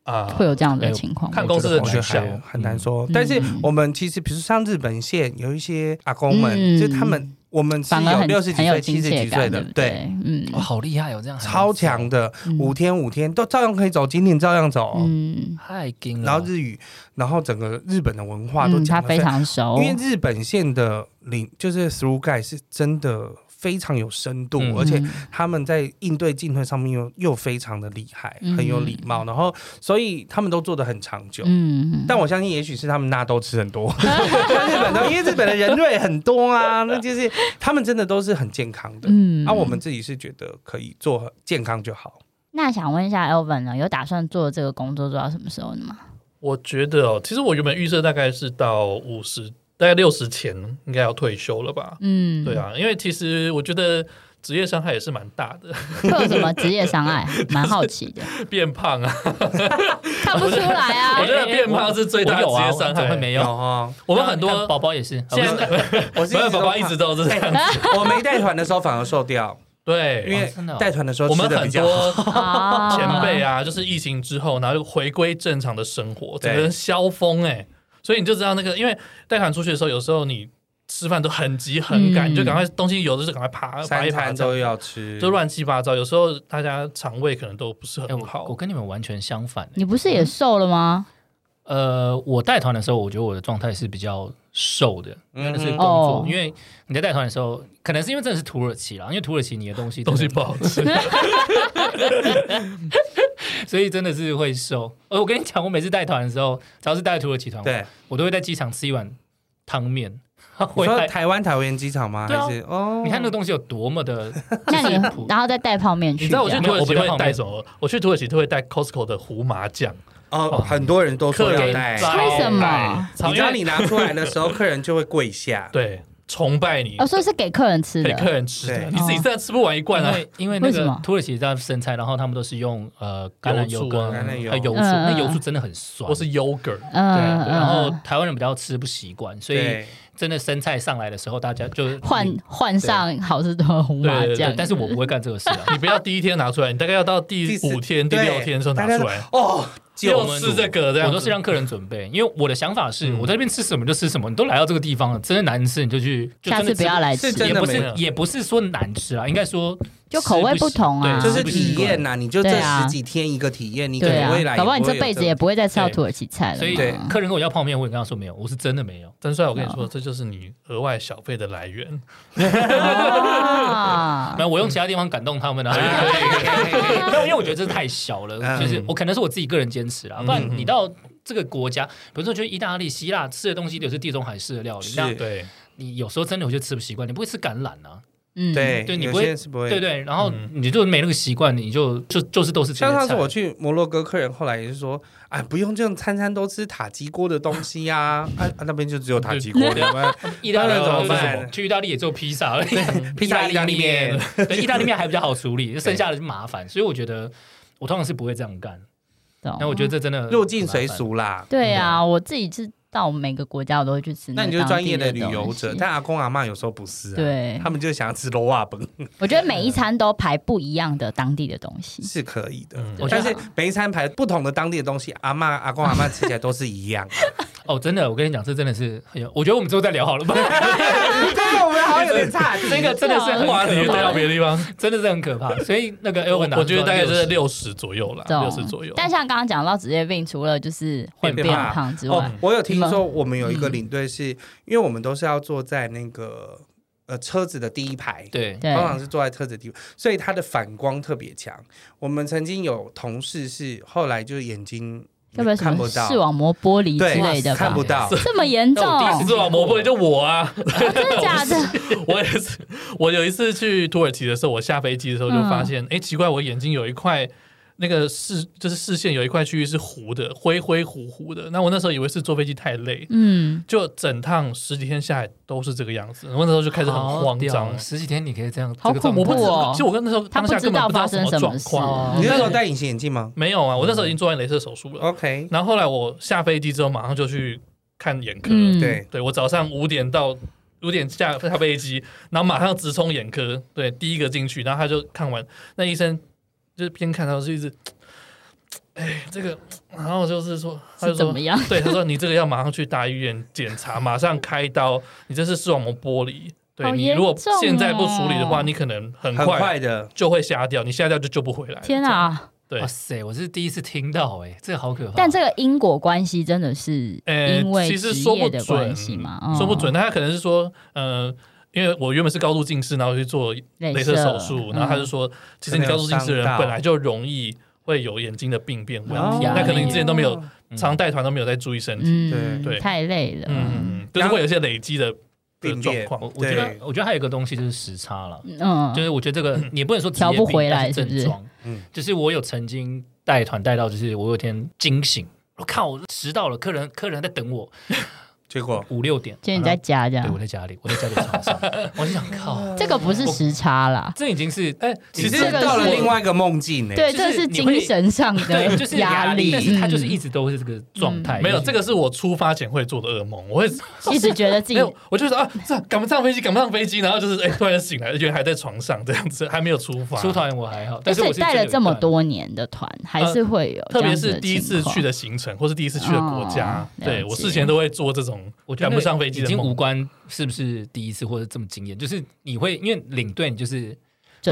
Speaker 4: 啊，
Speaker 1: 会有这
Speaker 3: 哎
Speaker 1: 样的情况吗？
Speaker 4: 看公司的
Speaker 3: 我觉得
Speaker 4: 长
Speaker 3: 还
Speaker 4: 相
Speaker 3: 很难说
Speaker 1: 嗯，
Speaker 3: 但是我们其实，比如像日本线有一些阿公们，
Speaker 1: 嗯
Speaker 3: 就是他们，我们是
Speaker 1: 反而
Speaker 3: 有
Speaker 1: 很
Speaker 3: 六十几
Speaker 1: 很有
Speaker 3: 岁、七
Speaker 1: 亲
Speaker 3: 十
Speaker 1: 切
Speaker 3: 几岁
Speaker 1: 感，
Speaker 3: 的，
Speaker 1: 不
Speaker 3: 对，
Speaker 1: 对？嗯
Speaker 2: 哇，好厉害哦，这样还能
Speaker 3: 超
Speaker 2: 走
Speaker 3: 强，的，
Speaker 1: 嗯
Speaker 3: 五哦天五天都照样可以走，景点照样走，
Speaker 1: 嗯，
Speaker 2: 太劲了。
Speaker 3: 然后日语，然后整个日本的文化都
Speaker 1: 嗯他
Speaker 3: 讲得
Speaker 1: 非常哦熟，
Speaker 3: 因为日本线的领就是 through guy 是真的非常有深度，
Speaker 2: 嗯
Speaker 3: 而且
Speaker 1: 嗯
Speaker 3: 他们在应对进退上面又又非常的厉害，
Speaker 1: 嗯
Speaker 3: 很有礼貌，然后所以他们都做的很长久。
Speaker 1: 嗯，
Speaker 3: 但我 相信，也许是他们纳豆吃很多， 日本的，因为日本的人瑞很多啊，那就是他们真的都是很健康的。
Speaker 1: 嗯
Speaker 3: 那、啊我们自己是觉得可以做健康就好。
Speaker 1: 那想问一下 Elvin 呢，有打算做这个工作做到什么时候呢吗？
Speaker 4: 我觉得哦，其实我原本预设大概是到五十，大概六十前应该要退休了吧？
Speaker 1: 嗯，
Speaker 4: 对，啊，因为其实我觉得职业伤害也是蛮大的，
Speaker 1: 会有什么职业伤害？蛮好奇的，
Speaker 4: 变胖啊，
Speaker 1: 看不出来啊
Speaker 4: 我。觉得变胖是最大的职
Speaker 2: 我
Speaker 4: 业伤
Speaker 2: 有啊我怎么
Speaker 4: 害。
Speaker 2: 会没有
Speaker 3: 哦，
Speaker 4: 我们很
Speaker 2: 你看
Speaker 4: 多
Speaker 2: 宝宝也是，
Speaker 4: 现在
Speaker 2: 啊
Speaker 4: 没
Speaker 3: 我是
Speaker 4: 有宝宝一直都是这样，
Speaker 3: 我没带团的时候反而瘦掉，
Speaker 4: 对，
Speaker 3: 因为
Speaker 2: 真的哦
Speaker 3: 带团的时候
Speaker 4: 我们
Speaker 3: 吃的
Speaker 4: 很
Speaker 3: 比较好。
Speaker 4: 多
Speaker 1: 啊
Speaker 4: 前辈啊，就是疫情之后，然后就回归正常的生活，整个人消疯哎、所以你就知道那个，因为带团出去的时候，有时候你吃饭都很急很赶，
Speaker 1: 嗯
Speaker 4: 你就赶快东西有的就赶快爬爬
Speaker 3: 三
Speaker 4: 一爬
Speaker 3: 餐
Speaker 4: 这样
Speaker 3: 都要吃，
Speaker 4: 就乱七八糟。有时候大家肠胃可能都不是
Speaker 2: 哎，
Speaker 4: 很
Speaker 2: 我
Speaker 4: 好
Speaker 2: 我，跟你们完全相反、
Speaker 1: 你不是也瘦了吗？
Speaker 2: 呃，我带团的时候，我觉得我的状态是比较瘦的，因
Speaker 4: 嗯
Speaker 2: 为那
Speaker 3: 嗯
Speaker 2: 是工作。
Speaker 1: 哦
Speaker 2: 因为你在带团的时候，可能是因为真的是土耳其啦，因为土耳其你的东西真
Speaker 4: 东
Speaker 2: 的
Speaker 4: 西不好吃。
Speaker 2: 所以真的是会瘦。而我跟你讲，我每次带团的时候，只要是带土耳其团，
Speaker 3: 对，
Speaker 2: 我都会在机场吃一碗汤面。
Speaker 3: 你
Speaker 2: 回
Speaker 3: 说
Speaker 2: 来，
Speaker 3: 台湾桃园机场吗？
Speaker 2: 对啊
Speaker 3: 还是哦？
Speaker 2: 你看那个东西有多么的，
Speaker 1: 那你
Speaker 2: 就是普
Speaker 1: 然后再带泡面去
Speaker 4: 你知
Speaker 1: 这
Speaker 4: 道
Speaker 1: 样，
Speaker 4: 我去土耳其会带什么？我去土耳其都会带 Costco 的胡麻酱，
Speaker 3: 哦，很多人都说
Speaker 4: 啊
Speaker 3: 要带，
Speaker 4: 客人
Speaker 1: 为什么？
Speaker 4: 超
Speaker 3: 哦你知道你拿出来的时候，客人就会 跪下。
Speaker 4: 对崇拜你
Speaker 1: 哦，，所以是给客人吃
Speaker 4: 给客
Speaker 1: 的，
Speaker 4: 人吃的，
Speaker 3: 对
Speaker 4: 你自己真的吃不完一罐
Speaker 2: 因
Speaker 4: 啊。
Speaker 2: 为因为那
Speaker 1: 为什
Speaker 2: 个
Speaker 1: 么
Speaker 2: 土耳其在生菜，然后他们都是用呃橄榄油
Speaker 4: 油
Speaker 2: 跟
Speaker 4: 醋啊
Speaker 3: 橄榄油
Speaker 2: 呃油醋，
Speaker 1: 嗯嗯
Speaker 2: 那
Speaker 1: 嗯
Speaker 2: 油醋真的很酸。
Speaker 4: 我是 yogurt，
Speaker 2: 对，
Speaker 1: 嗯
Speaker 2: 对然后
Speaker 1: 嗯，
Speaker 2: 台湾人比较吃不习惯，所以
Speaker 3: 对，
Speaker 2: 真的生菜上来的时候，大家就
Speaker 1: 换换上好吃多红
Speaker 4: 对
Speaker 1: 麻
Speaker 4: 对对
Speaker 1: 酱，
Speaker 2: 但是我不会干这个事 啊。
Speaker 4: 你不要第一天拿出来，你大概要到第
Speaker 3: 四
Speaker 4: 五天、第
Speaker 3: 对
Speaker 4: 六天的时候
Speaker 3: 大
Speaker 4: 拿
Speaker 3: 家
Speaker 4: 出
Speaker 3: 都
Speaker 4: 来。
Speaker 3: 哦，
Speaker 2: 我
Speaker 4: 又
Speaker 2: 们
Speaker 4: 是这个，这样
Speaker 2: 我
Speaker 4: 子
Speaker 2: 都是让客人准备，因为我的想法是，
Speaker 4: 嗯
Speaker 2: 我在这边吃什么就吃什么。你都来到这个地方了，真的难吃你就去，就
Speaker 1: 下
Speaker 2: 真的吃
Speaker 1: 次不要，来
Speaker 3: 是
Speaker 1: 吃，
Speaker 3: 真
Speaker 2: 也
Speaker 3: 的
Speaker 2: 不
Speaker 3: 没
Speaker 2: 是
Speaker 3: 有，
Speaker 2: 也不是说难吃啊，应该说
Speaker 1: 就口味不同啊
Speaker 2: 吃
Speaker 3: 就
Speaker 2: 不习对
Speaker 3: 是体验。呐。你就这
Speaker 1: 对啊
Speaker 3: 十几天一个体验，你可
Speaker 1: 对
Speaker 3: 能
Speaker 1: 啊
Speaker 3: 未来，也
Speaker 1: 搞不好你
Speaker 3: 会
Speaker 1: 这
Speaker 3: 有
Speaker 1: 辈子也不会再吃到土耳其菜了嘛。
Speaker 2: 吃不习惯所
Speaker 3: 对
Speaker 2: 以客人跟我要泡面，我也跟他说没有，我是真的没有。
Speaker 4: 曾帅，我跟你说，这就是你额外小费的来源。
Speaker 2: 啊
Speaker 1: 啊
Speaker 2: 没，有，我用其他地方感动他们啊。 没有，因为我觉得这太小了，
Speaker 3: 嗯
Speaker 2: 就是我可能是我自己个人坚持啦。
Speaker 4: 嗯
Speaker 2: 不然你到这个国家，比如说去意大利、希腊吃的东西都是地中海式的料理，
Speaker 3: 是
Speaker 2: 那
Speaker 4: 对，
Speaker 2: 你有时候真的有些吃不习惯，你不会吃橄榄啊，
Speaker 1: 嗯，
Speaker 3: 对，
Speaker 2: 对你
Speaker 3: 有
Speaker 2: 不会
Speaker 3: 些是不会
Speaker 2: 对对，然后
Speaker 4: 嗯
Speaker 2: 你就没那个习惯，你就就就是都是这些
Speaker 3: 像上次
Speaker 2: 菜
Speaker 3: 我去摩洛哥，客人后来也是说，哎，不用这样餐餐都吃塔吉锅的东西呀、啊，啊那边就只有塔吉锅，
Speaker 2: 对
Speaker 3: 有没有
Speaker 2: 意大利
Speaker 3: 那怎么
Speaker 2: 就是
Speaker 3: 办
Speaker 2: 什么去意大利也做披萨而已，
Speaker 3: 披萨、意大利面，，
Speaker 2: 对，意大利面还比较好处 理，剩下的就麻烦，所以我觉得我通常是不会这样干。
Speaker 1: 懂
Speaker 2: 那我觉得这真的
Speaker 3: 哦入境随，俗啦。
Speaker 1: 对啊，我自己是到每个国家我都会去吃个
Speaker 3: 那
Speaker 1: 当地
Speaker 3: 你就是
Speaker 1: 东西。
Speaker 3: 专业的旅游者，但阿公阿妈有时候不是啊，
Speaker 1: 对
Speaker 3: 他，们就想要吃啊罗瓦本
Speaker 1: 我觉得每一餐都排不一样的当地的东西。
Speaker 3: 是可以的，
Speaker 4: 嗯
Speaker 2: 我觉
Speaker 3: 但
Speaker 2: 得
Speaker 3: 是每一餐排不同的当地的东西，阿妈阿公阿妈吃起来都是一样。
Speaker 2: 哦，真的，我跟你讲，这真的是很有，我觉得我们之后再聊好了吧，
Speaker 3: 啊这个我们好像有点 差题。
Speaker 2: 这个真的是很
Speaker 1: 啊
Speaker 4: 哇，
Speaker 2: 可
Speaker 4: 你带到
Speaker 2: 怕，
Speaker 4: 别的地方，
Speaker 2: 真的是很可怕。所以那个 Elvin，
Speaker 4: 哎
Speaker 2: 啊
Speaker 4: 我我觉得大概是
Speaker 2: 是
Speaker 4: 六十左右啦，
Speaker 1: 懂
Speaker 4: 六十左右。
Speaker 1: 但像刚刚讲到职业病，除了就是会
Speaker 3: 变
Speaker 1: 变
Speaker 3: 胖
Speaker 1: 胖之外
Speaker 3: 哦，，我有听说我们有一个领队是，因为我们都是要坐在那个呃车子的第一排，
Speaker 2: 对，
Speaker 1: 对
Speaker 3: 通，常是坐在车子地，所以他的反光特别强。我们曾经有同事是后来就是眼睛
Speaker 1: 要不然什
Speaker 3: 看
Speaker 1: 么
Speaker 3: 不到，
Speaker 1: 视网膜剥离之类
Speaker 3: 对，
Speaker 1: 的
Speaker 3: 看
Speaker 1: 吧
Speaker 3: 不，到。
Speaker 1: 这么严重，哦
Speaker 2: 那我第一
Speaker 4: 你
Speaker 2: 次
Speaker 4: 知道魔玻璃就我啊，
Speaker 1: 真的假的？
Speaker 4: 我也是。我有一次去土耳其的时候，我下飞机的时候就发
Speaker 1: 嗯
Speaker 4: 现，哎，奇怪，我眼睛有一块那个视，就是视线有一块区域是糊的，灰灰糊糊的。那我那时候以为是坐飞机太累，
Speaker 1: 嗯，
Speaker 4: 就整趟十几天下来都是这个样子。我那时候就开始很慌
Speaker 2: 好
Speaker 4: 张
Speaker 2: 屌，十几天你可以这样，
Speaker 1: 好
Speaker 2: 这个状
Speaker 1: 恐
Speaker 4: 我
Speaker 2: 态
Speaker 4: 不
Speaker 1: 怖
Speaker 4: 知
Speaker 1: 哦
Speaker 4: 其实我跟那时候
Speaker 1: 他
Speaker 4: 当
Speaker 1: 不
Speaker 4: 下
Speaker 1: 知
Speaker 4: 根本
Speaker 1: 道
Speaker 4: 不知道
Speaker 1: 发生
Speaker 4: 什
Speaker 1: 什
Speaker 4: 状
Speaker 1: 么事，哦嗯
Speaker 4: 况。
Speaker 3: 你
Speaker 2: 对
Speaker 3: 那时候戴隐形眼镜吗
Speaker 4: 没有啊，我那时候已经做完镭射手术了。
Speaker 3: ？OK，
Speaker 4: 然后后来我下飞机之后，马上就去看眼科。
Speaker 1: 嗯
Speaker 3: 对，
Speaker 4: 对我早上五点到五点下下飞机，然后马上直冲眼科，对，第一个进去，然后他就看完，那医生就是边看，然后就一直，哎，这个，然后就是说，他
Speaker 1: 是
Speaker 4: 就
Speaker 1: 怎
Speaker 4: 说
Speaker 1: 么。样？
Speaker 4: 对，他说你这个要马上去大医院检查，马上开刀，你这是视网膜剥离。对
Speaker 1: 好
Speaker 4: 你
Speaker 1: 严
Speaker 4: 如果
Speaker 1: 重
Speaker 4: 现在不处理的话，
Speaker 1: 哦
Speaker 4: 你可能很
Speaker 3: 很
Speaker 4: 快
Speaker 3: 快的。
Speaker 4: 就会瞎掉，你瞎掉就救不回来了。
Speaker 1: 天啊！
Speaker 4: 对
Speaker 2: 哇塞，我是第一次听到，哎，这个好可怕。
Speaker 1: 但这个因果关系真的是
Speaker 4: 呃
Speaker 1: 因为
Speaker 4: 其实
Speaker 1: 职
Speaker 4: 说
Speaker 1: 业
Speaker 4: 不
Speaker 1: 的
Speaker 4: 准
Speaker 1: 关系嘛？嗯
Speaker 4: 说不准，，但他可能是说，呃，因为我原本是高度近视，然后去做
Speaker 1: 镭嗯
Speaker 4: 镭射手术，然后他就说，其实你高度近视的
Speaker 3: 嗯可能有伤
Speaker 4: 人
Speaker 3: 到
Speaker 4: 本来就容易会有眼睛的病变问
Speaker 2: 哦
Speaker 4: 题，那可能你之前都没有
Speaker 2: 嗯
Speaker 4: 常带团都没有在注意身体，
Speaker 1: 嗯，
Speaker 4: 对对
Speaker 1: 太累了，嗯
Speaker 4: 嗯，就是会有一些累积的的
Speaker 3: 病
Speaker 4: 状
Speaker 3: 变
Speaker 4: 况
Speaker 2: 我。我觉得
Speaker 3: 对，
Speaker 2: 我觉得还有一个东西就是时差了。就
Speaker 1: 嗯，
Speaker 2: 是我觉得这个你也不能说职业
Speaker 1: 调
Speaker 2: 病
Speaker 1: 不回来
Speaker 2: 但
Speaker 1: 是不是
Speaker 2: 症状，
Speaker 3: 嗯
Speaker 2: 就是我有曾经带团带到，就是我有一天惊醒，我靠，我迟到了，客人客人在等我，
Speaker 3: 结果
Speaker 2: 五六点，
Speaker 1: 就你在家这
Speaker 2: 对我
Speaker 1: 样，
Speaker 2: 在家里，我在家里床上， 我就想靠，
Speaker 1: 这个不是时差啦，
Speaker 2: 这已经是
Speaker 4: 哎，
Speaker 3: 其实
Speaker 1: 这个
Speaker 3: 到了
Speaker 1: 是
Speaker 3: 另外一个梦境呢。
Speaker 1: 对，
Speaker 2: 就
Speaker 1: 这
Speaker 2: 是
Speaker 1: 是
Speaker 2: 你会
Speaker 1: 精神上
Speaker 2: 对，
Speaker 1: 的
Speaker 2: 就是
Speaker 1: 压
Speaker 2: 力，但是他就是
Speaker 1: 嗯
Speaker 2: 一直都是这个状态。
Speaker 4: 嗯没有，
Speaker 2: 就是
Speaker 4: 这个是我出发前会做的噩梦。我会
Speaker 1: 一直觉得哎自
Speaker 4: 没
Speaker 1: 己
Speaker 4: 有，我就是啊，这赶不上飞机，赶不上飞机，然后就是哎，突然醒来，原来还在床上这样子，还没有出发。
Speaker 2: 出团我还好，但
Speaker 1: 而
Speaker 2: 是我
Speaker 1: 且
Speaker 2: 是
Speaker 1: 带了这么
Speaker 2: 真的有一段呃
Speaker 1: 多年的团，还是会有这
Speaker 4: 特
Speaker 1: 样
Speaker 4: 别
Speaker 1: 子
Speaker 4: 是
Speaker 1: 的
Speaker 4: 第一次
Speaker 1: 情况
Speaker 4: 去的行程，或是第一次去的国家，
Speaker 1: 哦
Speaker 4: 对
Speaker 1: 了
Speaker 4: 我
Speaker 1: 解
Speaker 4: 事前都会做这种
Speaker 2: 我觉得
Speaker 4: 赶不上飞机
Speaker 2: 已
Speaker 4: 的
Speaker 2: 经无
Speaker 4: 梦。
Speaker 2: 关是不是第一次或者这么惊艳，就是你会因为领队你就是
Speaker 1: 准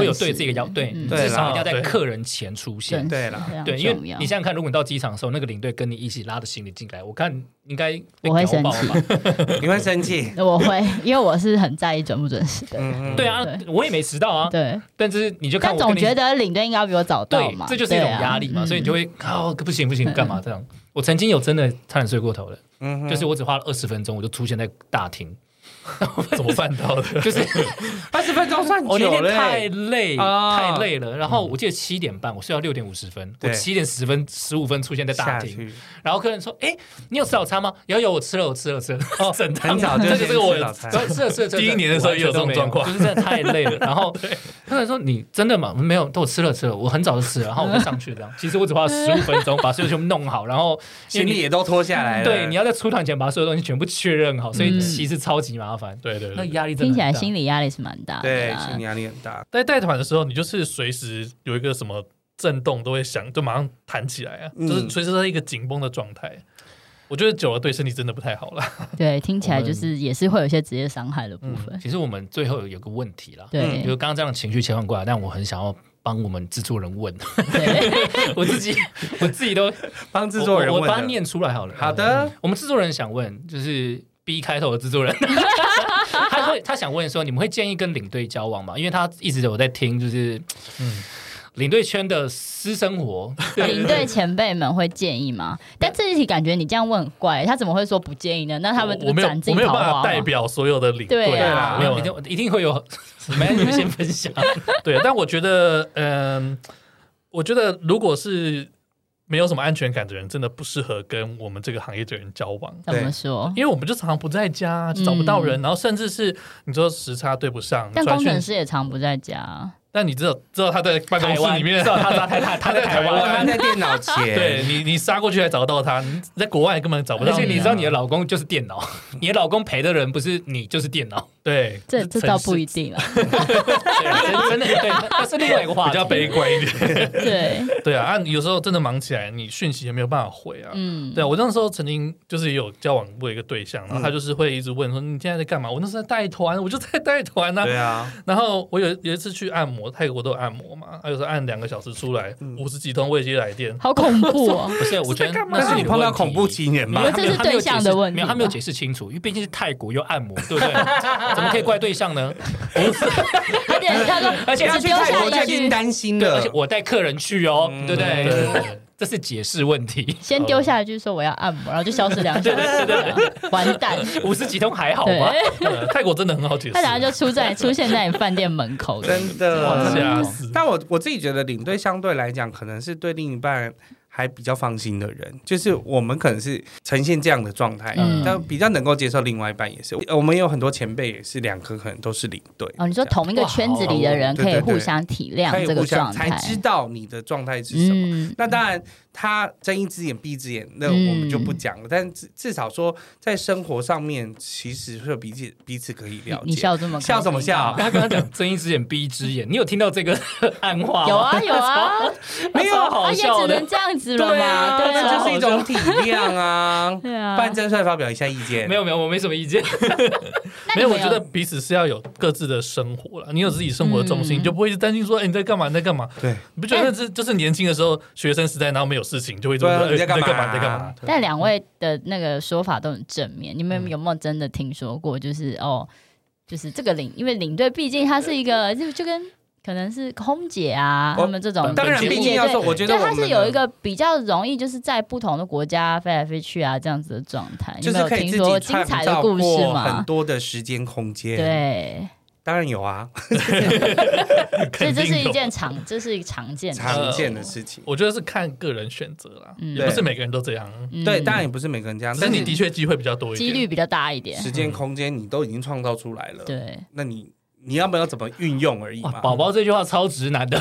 Speaker 2: 会
Speaker 1: 时
Speaker 2: 有对自己的要对，
Speaker 1: 嗯
Speaker 2: 你
Speaker 3: 对
Speaker 2: 至
Speaker 3: 啦
Speaker 2: 少一定要在
Speaker 4: 对
Speaker 2: 客人前出现
Speaker 1: 准。
Speaker 3: 对
Speaker 1: 时
Speaker 3: 啦
Speaker 1: 非常
Speaker 2: 对，因为
Speaker 1: 重要
Speaker 2: 你想想看，如果你到机场的时候，那个领队跟你一起拉着行李进来，我看应该被
Speaker 1: 我会
Speaker 2: 屌爆
Speaker 1: 生
Speaker 2: 吧。
Speaker 3: 你会生气。
Speaker 1: 我会，因为我是很在意准不准时的人。
Speaker 3: 嗯，嗯
Speaker 2: 对啊，
Speaker 1: 对
Speaker 2: 我也没迟到啊，
Speaker 1: 对，
Speaker 2: 但是你就看
Speaker 1: 但
Speaker 2: 我
Speaker 1: 总
Speaker 2: 跟你
Speaker 1: 觉得领队应该要比我早到
Speaker 2: 对
Speaker 1: 嘛，，
Speaker 2: 这就是一种
Speaker 1: 对啊
Speaker 2: 压力嘛，
Speaker 1: 嗯
Speaker 2: 所以你就会啊，不行不行，干嘛这样？我曾经有真的差点睡过头了，
Speaker 3: 嗯哼
Speaker 2: 就是我只花了二十分钟，我就出现在大厅，
Speaker 4: 怎么办到的？
Speaker 2: 就是
Speaker 3: 二十分钟算
Speaker 2: 我那
Speaker 3: 久
Speaker 2: 天
Speaker 3: 了
Speaker 2: 太
Speaker 3: 欸。
Speaker 2: 累，
Speaker 3: 啊
Speaker 2: 太累了。然后我记得七点半，我睡到六点五十分，我
Speaker 3: 对
Speaker 2: 七点十分、十五分出现在大
Speaker 3: 下
Speaker 2: 厅，
Speaker 3: 去，
Speaker 2: 然后客人说：“哎，你有吃早餐吗？”有有，我吃了，我吃了，我吃了。 哦，整
Speaker 3: 很早就
Speaker 2: 这个
Speaker 3: 先
Speaker 2: 这个我
Speaker 3: 吃早餐
Speaker 2: 吃了吃了吃了。吃了
Speaker 4: 第一年的时候也有这种状况
Speaker 2: 就是真的太累 了。然后客人说：“你真的吗？没有，都我吃了吃了，我很早就吃了，然后我就上去这样。 其实我只花了十五分钟把所有全部弄好，然后 因为
Speaker 3: 行李
Speaker 2: 你
Speaker 3: 也都脱下来
Speaker 2: 嗯
Speaker 3: 了。
Speaker 2: 对你要在出团前把所有东西全部确认好，所以
Speaker 1: 嗯
Speaker 2: 其实超级麻烦，
Speaker 4: 对对
Speaker 2: 那
Speaker 4: 对。
Speaker 2: 压力真的
Speaker 1: 听起来
Speaker 2: 很大
Speaker 1: 心理压力是蛮大的
Speaker 3: 对，
Speaker 1: 啦。
Speaker 3: 心理压力很大。
Speaker 4: 在带团的时候，你就是随时有一个什么震动都会响，就马上弹起来啊，
Speaker 3: 嗯
Speaker 4: 就是随时在一个紧绷的状态。我觉得久了对身体真的不太好了。
Speaker 1: 对，听起来
Speaker 2: 我
Speaker 1: 就
Speaker 2: 们嗯
Speaker 1: 是也是会有一些职业伤害的部分。
Speaker 2: 其实我们最后有个问题啦，
Speaker 1: 对
Speaker 2: 比如刚刚这样情绪切换过来，但我很想要帮我们制作人 问，
Speaker 1: 对，
Speaker 2: 我自己我自己都
Speaker 3: 帮制作人
Speaker 2: 我我我
Speaker 3: 问
Speaker 2: 把它
Speaker 3: 的，
Speaker 2: 念出来好了。
Speaker 3: 好的，
Speaker 2: 我们制作人想问，就是 B 开头的制作人，他会他想问说，你们会建议跟领队交往吗？因为他一直有在听，就是
Speaker 4: 嗯
Speaker 2: 领队圈的私生活，
Speaker 1: 领队前辈们会建议吗？但这一题感觉你这样问很怪，他怎么会说不建议呢？那 他们
Speaker 4: 我我没有
Speaker 1: 斩
Speaker 4: 我
Speaker 1: 尽
Speaker 4: 没有
Speaker 1: 桃
Speaker 4: 办
Speaker 1: 花
Speaker 4: 法
Speaker 1: 吗
Speaker 4: 代表所有的领队
Speaker 1: 啊对啊
Speaker 4: 没
Speaker 2: 没
Speaker 4: 有
Speaker 2: 有，一定一定会有，没有你们先分享。
Speaker 4: 对，啊但我觉得，嗯、我觉得如果是没有什么安全感的人，真的不适合跟我们这个行业的人交往。
Speaker 1: 怎么说？
Speaker 4: 因为我们就常常不在家，就找不到人，然后甚至是你说时差对不上，
Speaker 1: 嗯但
Speaker 4: 传
Speaker 1: 工
Speaker 4: 讯
Speaker 1: 程师也常不在家，
Speaker 4: 但你知道知道他在办公
Speaker 2: 台
Speaker 4: 室
Speaker 2: 湾
Speaker 4: 里面
Speaker 2: 知，道他他他他他在台
Speaker 4: 我
Speaker 2: 湾。
Speaker 3: 他在电脑前，
Speaker 4: 对你你杀过去还找得到他，你在国外根本找不
Speaker 2: 而
Speaker 4: 到、啊
Speaker 2: 且你知道你的
Speaker 4: 老
Speaker 2: 老公就是电脑，你的老公陪的人不是你就是电脑，
Speaker 4: 对，
Speaker 1: 这这倒不一
Speaker 4: 一
Speaker 1: 定
Speaker 3: 啊
Speaker 1: 了。
Speaker 2: 对 真的对，那是另外一个话
Speaker 4: 比
Speaker 2: 题，
Speaker 4: 较悲 观一 点。
Speaker 1: 对，
Speaker 4: 对啊，啊，有时候真的忙起来，你讯息也没有办法回啊。
Speaker 1: 嗯，
Speaker 4: 对啊，我那时候曾经就是也有交往过一个对象，
Speaker 2: 嗯
Speaker 4: 然后他就是会一直问说你现在在干嘛？我那时候在带团，我就在带团啊。
Speaker 3: 对啊，
Speaker 4: 然后我有有一次去按摩，泰国都有按摩嘛，他有时候按两个小时出来，
Speaker 2: 嗯
Speaker 4: 五十几通未接来 电，
Speaker 1: 好恐怖 哦。
Speaker 2: 不是，我觉得
Speaker 3: 但
Speaker 2: 那
Speaker 3: 是
Speaker 2: 是
Speaker 3: 你
Speaker 2: 的
Speaker 3: 碰到
Speaker 2: 问题
Speaker 3: 恐怖。情人
Speaker 2: 没
Speaker 3: 嘛
Speaker 2: 有，
Speaker 1: 这是
Speaker 2: 他没有
Speaker 1: 对象
Speaker 2: 解释
Speaker 1: 的问题
Speaker 2: 没有，他没有
Speaker 1: 吧
Speaker 2: 解释清楚，因为毕竟是泰国又按摩，对不对？ 怎么可以怪对象呢？
Speaker 1: 他点他说，
Speaker 2: 而且
Speaker 1: 只
Speaker 3: 他去
Speaker 1: 丢
Speaker 3: 泰国
Speaker 1: 下
Speaker 3: 就
Speaker 1: 一
Speaker 3: 已经
Speaker 1: 句，
Speaker 3: 担心
Speaker 2: 对，
Speaker 3: 了
Speaker 2: 而且。我带客人去哦，
Speaker 3: 嗯
Speaker 2: 对不
Speaker 4: 对对
Speaker 2: 对
Speaker 4: 对对？
Speaker 2: 这是解释问题。
Speaker 1: 先丢下一句说我要按摩，然后就消失两小时，这样完 蛋。
Speaker 2: 五十几通还好
Speaker 1: 对，
Speaker 2: 吧？
Speaker 4: 对啊泰国真的很好解释
Speaker 1: 他，然后就出在出现在你饭店门口，
Speaker 3: 真
Speaker 4: 哇
Speaker 3: 的，
Speaker 4: 吓死！
Speaker 3: 但我我自己觉得领队相对来讲，可能是对另一半还比较放心的人，就是我们可能是呈现这样的状态，
Speaker 1: 嗯
Speaker 3: 但比较能够接受另外一半也是。我们有很多前辈也是两个可能都是领队
Speaker 1: 哦，你说同一个圈子里的人可
Speaker 3: 哇好哦
Speaker 1: 以
Speaker 3: 对对对
Speaker 1: 互相体
Speaker 3: 这样可
Speaker 1: 谅
Speaker 3: 以
Speaker 1: 这个
Speaker 3: 互
Speaker 1: 状
Speaker 3: 相才
Speaker 1: 态，
Speaker 3: 知道你的状态是什么。
Speaker 1: 嗯，
Speaker 3: 那当然，他睁一只眼闭一只眼，那
Speaker 1: 嗯
Speaker 3: 我们就不讲了。但至至少说，在生活上面，其实是有彼此彼此可以
Speaker 1: 你
Speaker 3: 了
Speaker 1: 你
Speaker 3: 解。
Speaker 1: 笑这么开心
Speaker 3: 笑什么笑？啊
Speaker 2: 他刚刚讲睁一只眼闭一只眼，你有听到这个暗话吗？
Speaker 1: 有 啊有 啊，
Speaker 2: 没有好
Speaker 1: 啊也
Speaker 2: 笑
Speaker 1: 只
Speaker 2: 的
Speaker 1: 能。这样子了
Speaker 3: 对
Speaker 1: 嘛，
Speaker 3: 啊，
Speaker 1: 对
Speaker 3: 那
Speaker 1: 啊。
Speaker 3: 就是一种体谅啊
Speaker 1: 对啊，
Speaker 3: 范真帅发表一下意见。
Speaker 2: 没有没有，我没什么意见。
Speaker 1: 那
Speaker 4: 没
Speaker 1: 你
Speaker 4: 有，
Speaker 1: 们
Speaker 4: 我觉得彼此是要有各自的生活了。你有自己生活的重心，
Speaker 1: 嗯
Speaker 4: 你就不会一直担心说，哎，你在干嘛？你在干嘛？
Speaker 3: 对，
Speaker 4: 你不觉得这就是年轻的时候学生时代，然后没有事情就会这么
Speaker 3: 对啊
Speaker 4: 说，哎
Speaker 3: 你在干
Speaker 4: 你
Speaker 3: 嘛？
Speaker 4: 在干嘛？你在 干嘛？
Speaker 1: 但两位的那个说法都很正面，你
Speaker 3: 嗯
Speaker 1: 们有没有真的听说过？就是哦，就是这个领，因为领队毕竟他是一个，就就跟可能是空姐啊，
Speaker 3: 嗯哦
Speaker 1: 他们这种
Speaker 3: 当然，
Speaker 1: 职业
Speaker 3: 毕竟要
Speaker 1: 对
Speaker 3: 说，我觉得
Speaker 1: 对，
Speaker 3: 我
Speaker 1: 他
Speaker 3: 们
Speaker 1: 是有一
Speaker 3: 的
Speaker 1: 个比较容易，就是在不同的国家飞来飞去啊，这样子的状态。
Speaker 3: 就
Speaker 1: 你们有
Speaker 3: 是可以
Speaker 1: 听
Speaker 3: 自
Speaker 1: 说
Speaker 3: 己
Speaker 1: 精
Speaker 3: 创
Speaker 1: 彩的
Speaker 3: 造
Speaker 1: 故事
Speaker 3: 过很
Speaker 1: 吗？
Speaker 3: 多的时间空间。
Speaker 1: 对，
Speaker 3: 当然有啊，
Speaker 1: 所以
Speaker 4: 肯
Speaker 1: 这是
Speaker 4: 定
Speaker 1: 一
Speaker 4: 有
Speaker 1: 件常，这是一常见的事。
Speaker 3: 常见的事情。
Speaker 1: 呃
Speaker 4: 我觉得是看个人选择啦，
Speaker 1: 嗯
Speaker 4: 也不是每个人都这样。
Speaker 1: 嗯
Speaker 3: 对，当然也不是每个人这样，
Speaker 4: 但
Speaker 3: 但
Speaker 4: 你
Speaker 3: 是
Speaker 4: 的确机会比较多一点，
Speaker 1: 几率比较大一点。
Speaker 3: 时间、空间你都已经创造出来了，
Speaker 1: 对，
Speaker 3: 那你你要不要怎么运用而已
Speaker 2: 哇
Speaker 3: 嘛？
Speaker 2: 宝宝这句话超直男 的，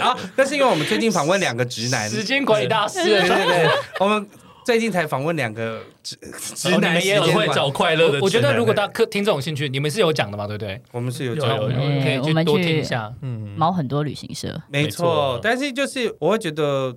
Speaker 3: 啊，那是因为我们最近访问两个直男，
Speaker 2: 时间管理大师，
Speaker 3: 对 对对，我们最近才访问两个直直
Speaker 2: 哦你
Speaker 3: 男
Speaker 2: 们也有
Speaker 3: 时间
Speaker 4: 很会
Speaker 3: 管
Speaker 4: 找快乐的直男。
Speaker 2: 我觉得如果大家客听众有兴趣，你们是有讲的嘛，对不对？
Speaker 3: 我们是有
Speaker 4: 有
Speaker 3: 交
Speaker 4: 有
Speaker 3: 流
Speaker 4: 有
Speaker 3: 的
Speaker 1: 嗯
Speaker 2: 可以
Speaker 1: 我们
Speaker 2: 多
Speaker 1: 去
Speaker 2: 听一下。
Speaker 4: 嗯，
Speaker 1: 毛很多旅行社，
Speaker 3: 没
Speaker 4: 没错
Speaker 3: 错。但是就是我会觉得，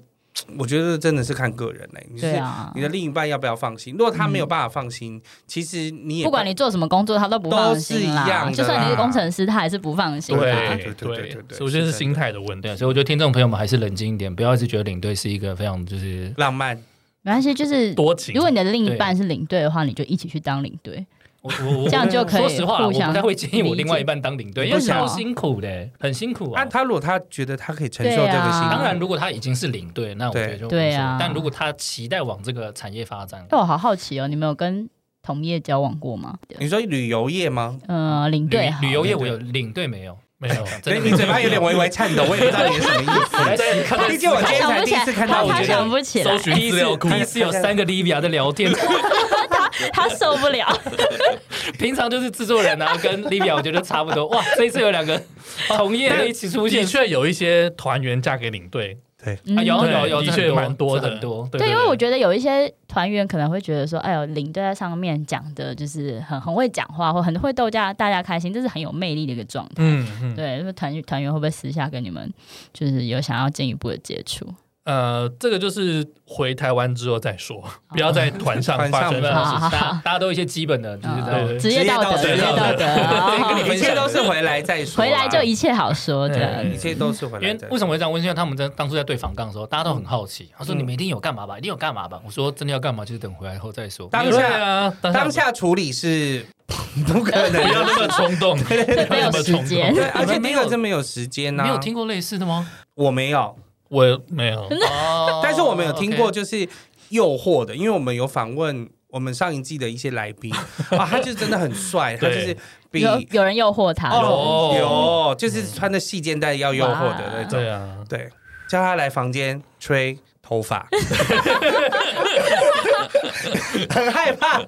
Speaker 3: 我觉得真的是看个人嘞、欸你
Speaker 1: 对
Speaker 3: 是
Speaker 1: 啊嗯
Speaker 3: 你，的另一半要不要放心？如果他没有办法放心，其实你也
Speaker 1: 不管你做什么工作，他都不放心
Speaker 3: 都是一
Speaker 1: 啦。
Speaker 3: 样的啦
Speaker 1: 就算你是工程师，他还是不放心啦。
Speaker 4: 对
Speaker 3: 对对对对对
Speaker 4: 所以我觉得是心态的问题
Speaker 2: 对，。所以我觉得听众朋友们还是冷静一点，不要一直觉得领队是一个非常就是
Speaker 3: 浪漫，
Speaker 1: 没关系，就是
Speaker 4: 多情
Speaker 1: 如果你的另一半是领队的话，你就一起去当领队。
Speaker 2: 我我我
Speaker 1: 这样就可以
Speaker 2: 说实话啦，我
Speaker 1: 互
Speaker 2: 不
Speaker 1: 相
Speaker 2: 太会建议我
Speaker 1: 理解啊
Speaker 2: 另外一半当领队，因
Speaker 1: 为
Speaker 2: 为
Speaker 1: 什么
Speaker 2: 超辛苦的，很辛苦
Speaker 3: 啊，
Speaker 2: 啊。
Speaker 3: 他如果他觉得他可以承受这
Speaker 1: 对
Speaker 3: 个
Speaker 1: 啊
Speaker 3: 心，
Speaker 2: 当然，如果他已经是领队，那我觉得就无所谓
Speaker 1: 对啊
Speaker 2: 但如果他期待往这个产业发展，
Speaker 1: 但我好好奇哦，你们有跟同业交往过吗？
Speaker 3: 你说旅游业吗？
Speaker 1: 呃，领队
Speaker 2: 旅
Speaker 1: 好
Speaker 2: 旅游业我有，领队没有
Speaker 4: 没有，
Speaker 3: 所
Speaker 2: 真
Speaker 3: 以
Speaker 2: 的
Speaker 3: 你嘴巴有点微微颤抖，我也不知道你是什么 意
Speaker 2: 我
Speaker 3: 思。
Speaker 2: 在思考
Speaker 3: 毕竟我今
Speaker 1: 他
Speaker 3: 天
Speaker 1: 想
Speaker 3: 才
Speaker 1: 不
Speaker 3: 第
Speaker 1: 起
Speaker 3: 一
Speaker 1: 来，
Speaker 3: 次看到，
Speaker 1: 他
Speaker 3: 我
Speaker 1: 他
Speaker 3: 觉得
Speaker 1: 想不起
Speaker 2: 搜
Speaker 1: 来，
Speaker 2: 寻资料库，第一次有三个 Livia 在聊 天，
Speaker 1: 他受不了。
Speaker 2: 平常就是制作人啊，跟 Livia 我觉得差不多。哇，这一次有两个同 业的一起出
Speaker 4: 的
Speaker 2: 现，
Speaker 4: 确有一些团员嫁给领队，
Speaker 2: 啊有
Speaker 1: 嗯
Speaker 2: 有有，
Speaker 4: 的
Speaker 2: 这
Speaker 4: 确
Speaker 2: 很
Speaker 4: 蛮多
Speaker 2: 这
Speaker 4: 的，
Speaker 2: 很多。
Speaker 4: 对，
Speaker 1: 对，因为我
Speaker 4: 得
Speaker 1: 觉得有一些团员可能会觉得说，哎呦，领队在上面讲的就是很很会讲话，或很会逗大大家开心，这是很有魅力的一个状态。
Speaker 4: 嗯嗯
Speaker 1: 对，那团团员会不会私下跟你们就是有想要进一步的接触？
Speaker 4: 呃，这个就是回台湾之后再
Speaker 1: 哦
Speaker 4: 说，不要在团上
Speaker 3: 团上
Speaker 4: 发生
Speaker 3: 吧
Speaker 4: 的事
Speaker 1: 好
Speaker 4: 情。
Speaker 1: 好嗯
Speaker 2: 大
Speaker 1: 好
Speaker 2: 家大家都有一些基本的，就是这样
Speaker 4: 对
Speaker 1: 哦职业道德，职
Speaker 3: 职
Speaker 1: 业
Speaker 3: 业
Speaker 1: 道
Speaker 3: 道
Speaker 1: 德，哦
Speaker 2: 对
Speaker 3: 一切都是回来再说啊，
Speaker 1: 回来就一切好说
Speaker 2: 对
Speaker 1: 的。
Speaker 3: 一切都是回
Speaker 2: 因
Speaker 3: 来
Speaker 2: 为
Speaker 3: 再
Speaker 2: 为
Speaker 3: 说。
Speaker 2: 什么会这样问？因为他们在当初在对反杠的时候，大家都很好奇。他说：“你们一定有干嘛吧？一定有干嘛吧？”我说：“真的要干嘛，就是等回来后再说。”
Speaker 3: 当
Speaker 4: 对
Speaker 3: 下
Speaker 4: 啊，
Speaker 3: 当
Speaker 4: 当
Speaker 3: 下处理是不可
Speaker 4: 不
Speaker 3: 能
Speaker 4: 要
Speaker 3: 的，
Speaker 4: 那么 冲动，不
Speaker 1: 没
Speaker 4: 要那
Speaker 1: 有
Speaker 4: 么
Speaker 1: 时
Speaker 4: 冲
Speaker 1: 间
Speaker 4: 动。
Speaker 3: 对，而且
Speaker 2: 没
Speaker 3: 第一
Speaker 2: 有
Speaker 3: 个真没有时间
Speaker 2: 你
Speaker 3: 呐。
Speaker 2: 没有听过类似的吗？
Speaker 3: 我没有，
Speaker 4: 我没有，
Speaker 2: 哦
Speaker 3: 但是我们有听过
Speaker 2: OK
Speaker 3: 就是诱惑的，因为我们有访问我们上一季的一些来宾啊，他就真的很帅，他就是比
Speaker 1: 有有人诱惑他，
Speaker 3: 哦
Speaker 4: 有
Speaker 3: 有就是穿着细肩带要诱惑的那种，
Speaker 4: 对啊，
Speaker 3: 对，叫他来房间吹头发，很害怕，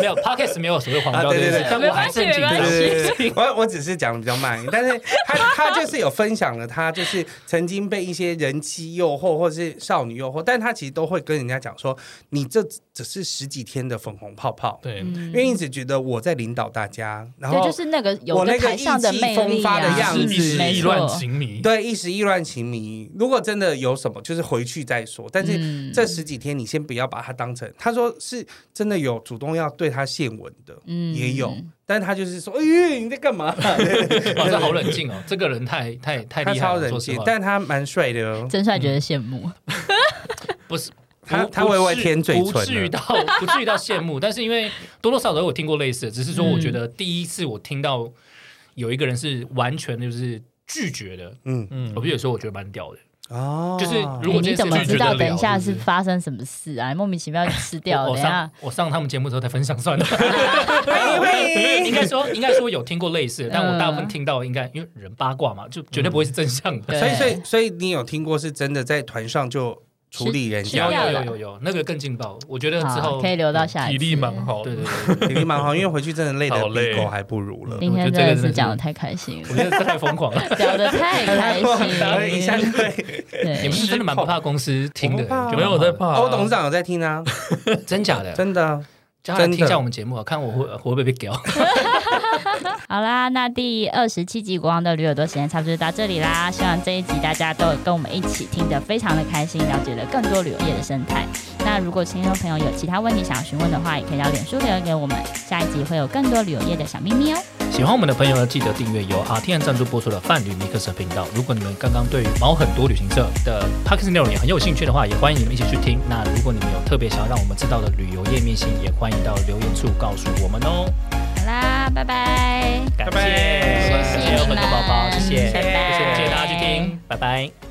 Speaker 2: 没有 podcast 没有所谓黄标
Speaker 3: 啊对对
Speaker 2: 这件事
Speaker 3: 对
Speaker 2: 但我还是很紧
Speaker 1: 没
Speaker 2: 张
Speaker 1: 关。系
Speaker 3: 对对对， 我我只是讲的比较慢，但是他他就是有分享了，他就是曾经被一些人妻诱惑或是少女诱惑，但他其实都会跟人家讲说，你这只是十几天的粉红泡泡，
Speaker 4: 对，
Speaker 3: 因
Speaker 1: 嗯
Speaker 3: 为一直觉得我在领导大家，然
Speaker 1: 对，
Speaker 3: 后
Speaker 1: 就是那个有
Speaker 3: 我
Speaker 1: 个
Speaker 3: 那个
Speaker 1: 台上的
Speaker 3: 意气
Speaker 1: 魅力
Speaker 3: 风发的
Speaker 1: 啊，
Speaker 3: 样子
Speaker 4: 是迷失
Speaker 1: 没
Speaker 4: 意
Speaker 1: 错
Speaker 4: 乱情迷，
Speaker 3: 对一时意乱情迷。如果真的有什么，就是回去再说，但是。
Speaker 1: 嗯
Speaker 3: 这十几天你先不要把他当成，他说是真的有主动要对他献吻的，
Speaker 1: 嗯
Speaker 3: 也有，但是他就是说，哎呦，你在干嘛？
Speaker 2: 哇，这好冷静哦，这个人太太太
Speaker 3: 他
Speaker 2: 厉害
Speaker 3: 超
Speaker 2: 了。
Speaker 3: 冷
Speaker 2: 说实
Speaker 3: 静
Speaker 2: 话，，
Speaker 3: 但他蛮帅的哦。
Speaker 1: 真帅觉得羡慕，
Speaker 2: 不是
Speaker 3: 他
Speaker 2: 不
Speaker 3: 他
Speaker 2: 不
Speaker 3: 微微
Speaker 2: 至
Speaker 3: 舔嘴
Speaker 2: 不
Speaker 3: 唇
Speaker 2: 至于
Speaker 3: 了
Speaker 2: 到不至于到羡慕，但是因为多多少少都有听过类似的，只是说我觉
Speaker 3: 嗯
Speaker 2: 得第一次我听到有一个人是完全就是拒绝的，
Speaker 3: 嗯，
Speaker 4: 嗯
Speaker 2: 我，有时候我觉得蛮屌的。
Speaker 3: 哦，
Speaker 2: 就是如
Speaker 1: 哎
Speaker 2: 果
Speaker 1: 你
Speaker 2: 这件
Speaker 1: 怎么
Speaker 2: 事
Speaker 1: 知
Speaker 2: 拒绝
Speaker 1: 道
Speaker 2: 得
Speaker 1: 等一
Speaker 2: 了
Speaker 1: 下
Speaker 2: 是
Speaker 1: 是
Speaker 2: 不是
Speaker 1: 发生什么事啊？莫名其妙 吃掉，
Speaker 2: 我
Speaker 1: 等
Speaker 2: 我
Speaker 1: 一下
Speaker 2: 上我上他们节目之后才分享算 了。 应该说应该说有听过类似的，但我大部分听到应该因为人八卦嘛，就绝对不会是真相的。
Speaker 1: 嗯对
Speaker 3: 所以所以所以你有听过是真的在团上就处理人
Speaker 1: 是
Speaker 3: 家
Speaker 2: 有
Speaker 1: 这样
Speaker 2: 有
Speaker 1: 的
Speaker 2: 有有有，那个更劲爆。我觉得之
Speaker 1: 好
Speaker 2: 后嗯
Speaker 1: 可以留到下一
Speaker 4: 体
Speaker 1: 次。
Speaker 4: 力蛮好
Speaker 2: 对
Speaker 4: 的
Speaker 2: 对。对，对
Speaker 3: 体力蛮好，因为回去真的累
Speaker 4: 好
Speaker 3: 的
Speaker 4: 累
Speaker 3: 比狗还不如了。
Speaker 1: 今天
Speaker 2: 我觉得
Speaker 1: 真
Speaker 2: 这个
Speaker 1: 的
Speaker 2: 真的
Speaker 1: 是
Speaker 2: 是
Speaker 1: 讲的太开心
Speaker 2: 我
Speaker 1: 了，
Speaker 2: 觉得这太疯狂了。
Speaker 1: 聊的太 开
Speaker 3: 一
Speaker 1: 心
Speaker 3: 下
Speaker 1: 了。
Speaker 3: 对，
Speaker 2: 你
Speaker 1: 对
Speaker 2: 们，是真的蛮不怕公司听的，
Speaker 3: 我不怕啊
Speaker 2: 你
Speaker 4: 有
Speaker 2: 觉
Speaker 4: 没
Speaker 2: 得
Speaker 4: 有
Speaker 2: 蛮
Speaker 4: 在
Speaker 2: 好的？
Speaker 4: 怕？
Speaker 3: 欧董事长有在听啊，
Speaker 2: 真假的？
Speaker 3: 真的。啊
Speaker 2: 叫他来
Speaker 3: 真的
Speaker 2: 听一下我们节目啊，看我会会不会被屌。
Speaker 1: 好啦，那第二十七集《国王的驴耳朵》时间差不多就到这里啦。希望这一集大家都有跟我们一起听得非常的开心，了解了更多旅游业的生态。那如果听众朋友有其他问题想要询问的话，也可以到脸书留言给我们，下一集会有更多旅游业的小秘密哦。
Speaker 2: 喜欢我们的朋友呢，啊记得订阅由 RTN 赞助播出的泛旅尼克斯频道。如果你们刚刚对于毛很多旅行社的 p a c k a g e 内容也很有兴趣的话，也欢迎你们一起去听。那如果你们有特别想要让我们知道的旅游页面信，也欢迎到留言处告诉我们哦。
Speaker 1: 好啦，拜拜。
Speaker 2: 感
Speaker 3: 拜
Speaker 2: 谢，
Speaker 3: 拜
Speaker 2: 感谢有很多宝宝，谢谢，
Speaker 1: 拜拜
Speaker 2: 谢谢大家去听，拜拜。